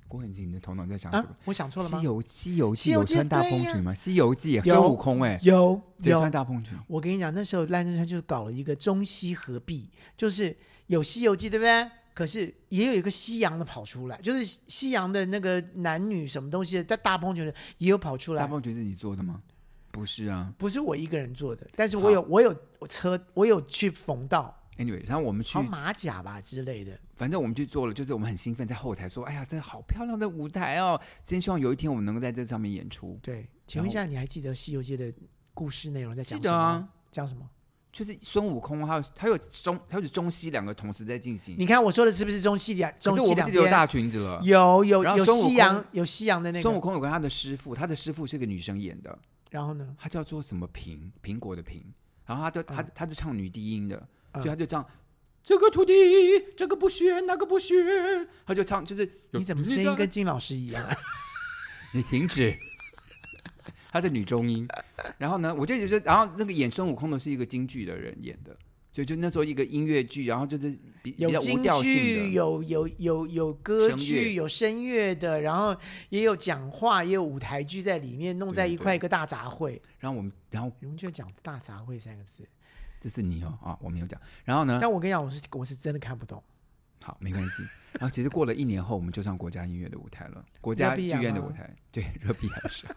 S2: 郭恒清，你的头脑在想什
S1: 啊
S2: 么？？
S1: 我想错了
S2: 西
S1: 吗？
S2: 游西游
S1: 西
S2: 记
S1: 游
S2: 有
S1: 记
S2: 穿大
S1: 对
S2: 蓬
S1: 呀
S2: 裙吗？西游记
S1: 有
S2: 孙悟空哎，
S1: 有
S2: 谁
S1: 有
S2: 穿，大蓬裙？
S1: 我跟你讲，那时候赖声川就搞了一个中西合璧，就是有《西游记》，对不对？可是也有一个西洋的跑出来，就是西洋的那个男女什么东西的，在大蓬裙的也有跑出来
S2: 大。蓬裙是你做的吗？不是啊。
S1: 不是我一个人做的，但是我有我有车，我有去缝到，
S2: Anyway，然后我们去
S1: 好，马甲吧之类的。
S2: 反正我们去做了，就是我们很兴奋，在后台说：“哎呀，真的好漂亮的舞台哦！”真希望有一天我们能够在这上面演出。
S1: 对，请问一下，你还记得《西游记》的故事内容在讲
S2: 记
S1: 什么？
S2: 得啊，
S1: 讲什么？
S2: 就是孙悟空，还有还有中还有中西两个同时在进行。
S1: 你看我说的是不是中西两
S2: 可
S1: 中
S2: 是
S1: 西
S2: 我们
S1: 两
S2: 自己有
S1: 边？
S2: 大裙子了。
S1: 有有
S2: 然后
S1: 有
S2: 孙悟空
S1: 西洋有西洋的那
S2: 孙悟
S1: 个，
S2: 空有跟他的师傅，他的师傅是个女生演的。
S1: 然后呢？
S2: 她叫做什么苹苹果的苹，然后她就她
S1: 嗯
S2: 她是唱女低音的，
S1: 嗯
S2: 所以她就唱这个徒弟，这个不学那个不学，她就唱就是有
S1: 你怎么声音
S2: 知道
S1: 跟金老师一样？
S2: 你停止， *laughs* 她是女中音。然后呢，我就觉得，然后那个演孙悟空的是一个京剧的人演的，所以就那时候一个音乐剧，然后就是比比
S1: 有
S2: 较无
S1: 京
S2: 调
S1: 剧，
S2: 性的。
S1: 有有有有歌
S2: 声
S1: 剧，
S2: 乐
S1: 有声乐的，然后也有讲话，也有舞台剧在里面，弄在
S2: 对
S1: 一
S2: 对
S1: 块一个大杂烩。
S2: 然后我们，然后
S1: 你们就讲“大杂烩”三个字，
S2: 这是你哦啊，我没有讲。然后呢，
S1: 但我跟你讲，我是我是真的看不懂。
S2: 好，没关系。
S1: *laughs*
S2: 然后其实过了一年后，我们就上国家音乐的舞台了，国家
S1: 热比
S2: 剧
S1: 亚
S2: 院的
S1: 吗
S2: 舞台， *laughs* 对，热比亚上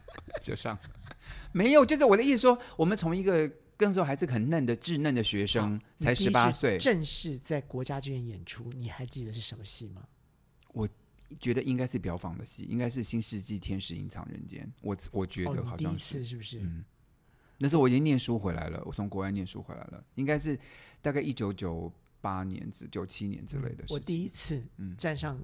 S2: 就上。没有，就是我的意思说，我们从一个那时候还是很嫩的稚嫩的学生，才
S1: 你第一
S2: 十八
S1: 次
S2: 岁，
S1: 正式在国家剧院演出，你还记得是什么戏吗？
S2: 觉得应该是表坊的戏，应该是《新世纪天使隐藏人间》我，我觉
S1: 哦，
S2: 得
S1: 你
S2: 好
S1: 第一
S2: 像是。
S1: 次是不是？
S2: 嗯那时候我已经念书回来了，我从国外念书回来了，应该是大概一九九八年至九七年之类的事情。
S1: 我第一次
S2: 嗯
S1: 站上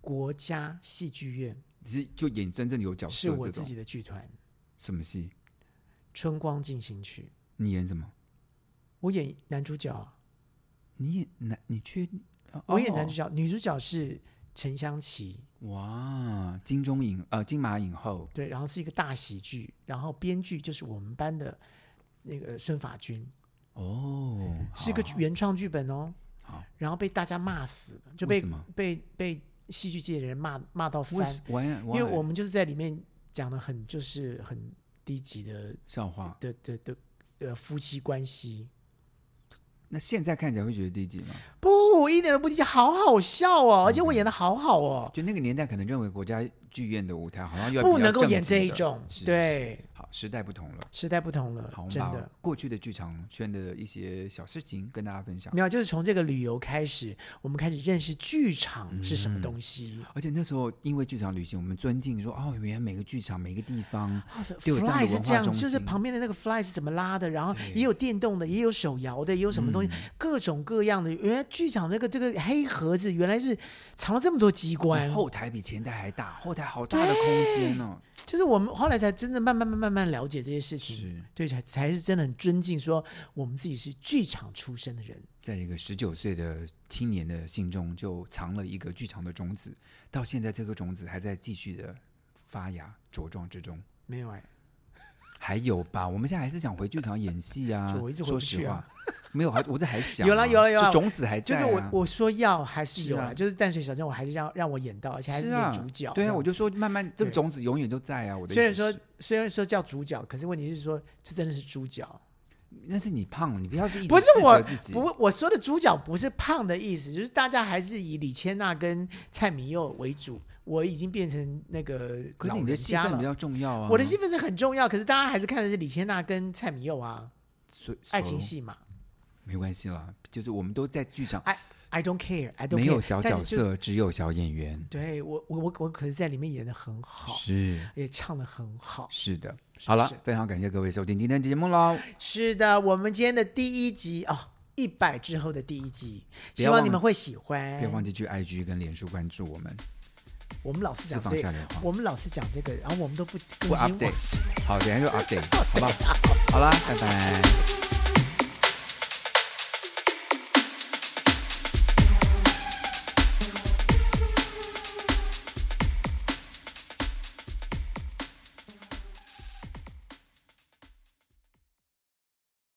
S1: 国家戏剧院，
S2: 只是就演真正有角
S1: 是
S2: 色
S1: 我
S2: 这
S1: 自
S2: 种
S1: 己的剧团《
S2: 什么戏？
S1: 春光进行曲》，
S2: 你演什么？
S1: 我演男主角，
S2: 哦你演男？你确？哦
S1: 我演男主角，女主角是陈香琪，
S2: 哇，金钟影呃金马影后，
S1: 对，然后是一个大喜剧，然后编剧就是我们班的那个孙法军，
S2: 哦，
S1: 嗯是一个
S2: 好
S1: 原创剧本哦。
S2: 好，
S1: 然后被大家骂死了，就
S2: 为
S1: 被
S2: 什么
S1: 被被戏剧界的人骂骂到
S2: 为
S1: 翻，
S2: 什我
S1: 因为我们就是在里面讲的很就是很低级的
S2: 笑话。
S1: 的的的呃夫妻关系，
S2: 那现在看起来会觉得低级吗？
S1: 不一点都不低级，好好笑哦，而且
S2: 嗯
S1: 我演的好好哦，
S2: 就那个年代可能认为国家剧院的舞台好像要
S1: 不能够演这一种，，
S2: 比较正经的是
S1: 对，
S2: 好时代不同了。
S1: 时代不同了
S2: 好，，我们哦
S1: 真
S2: 把
S1: 的。
S2: 过去的剧场圈的一些小事情跟大家分享
S1: 没。有，就是从这个旅游开始，我们开始认识剧
S2: 嗯
S1: 场是什么东西。
S2: 而且那时候因为剧场旅行，我们尊敬说哦，原来每个剧场每个地方都有这样
S1: 哦 Fly
S2: 的
S1: 是
S2: 文
S1: 这
S2: 化
S1: 样，
S2: 中
S1: 就是
S2: 心。
S1: 旁边的那个 Fly 是怎么拉的，然后也有电动的，也有手摇的，也有什么东西，
S2: 嗯
S1: 各种各样的。原来剧场那个这个黑盒子，原来是藏了这么多机关。
S2: 后台比前台还大，后台好大的空间哦。
S1: 就是我们后来才真的慢慢慢慢慢慢了解这些事情
S2: 是，
S1: 对，才才是真的很尊敬，说我们自己是剧场出身的人。
S2: 在一个十九岁的青年的心中，就藏了一个剧场的种子，到现在这个种子还在继续的发芽茁壮之中。
S1: 没有哎，
S2: 还有吧，我们现在还是想回剧场演戏
S1: *laughs*
S2: 啊。
S1: 就我一直回
S2: 说
S1: 不去
S2: 实
S1: 啊
S2: 话，没有，还我这还想、啊、
S1: 有啦有啦有啦
S2: 就种子还
S1: 就
S2: 在、
S1: 是
S2: 啊。
S1: 我我说要还是有
S2: 是
S1: 啊，
S2: 啊
S1: 就是淡水小镇，我还是让让我演到，而且还
S2: 是
S1: 演
S2: 啊
S1: 主角。
S2: 对
S1: 这
S2: 啊，
S1: 样
S2: 我就
S1: 子
S2: 说慢慢这个
S1: 对
S2: 种子永远都在啊。我的
S1: 虽然
S2: 意思
S1: 说
S2: 是
S1: 虽然说叫主角，可是问题是说这真的是主角，
S2: 那是你胖了，你不要自己
S1: 不是我
S2: 自己。
S1: 不我说的主角不是胖的意思，就是大家还是以李千娜跟蔡明佑为主。我已经变成那个
S2: 可是
S1: 老
S2: 你的
S1: 人
S2: 戏
S1: 家
S2: 份
S1: 了
S2: 比，较重要啊。
S1: 我的戏份是很重要，可是大家还是看的是李千娜跟蔡明佑啊，
S2: 所以
S1: 爱情
S2: 所以
S1: 戏嘛。
S2: 没关系啦，就是我们都在剧场，
S1: I I don't care, I don't care,
S2: 没有小角
S1: 但是就。
S2: 色，只有小演员。
S1: 对我我我我可是在里面演的很好，
S2: 是
S1: 也唱的很好。
S2: 是的，
S1: 是
S2: 好了
S1: 是，
S2: 非常感谢各位收听今天的节目喽。
S1: 是的，我们今天的第一集哦，一百之后的第一集，
S2: 不
S1: 希
S2: 要忘
S1: 望
S2: 了
S1: 你们会喜欢。
S2: 别忘记去 IG 跟脸书关注我们，
S1: 我们老是讲
S2: 私房
S1: 这
S2: 下
S1: 个
S2: 流话，
S1: 我们老是讲这个，然后我们都不更
S2: 不
S1: 新。我 *laughs*
S2: update，好，等一下就 update，好不好？好啦，拜拜。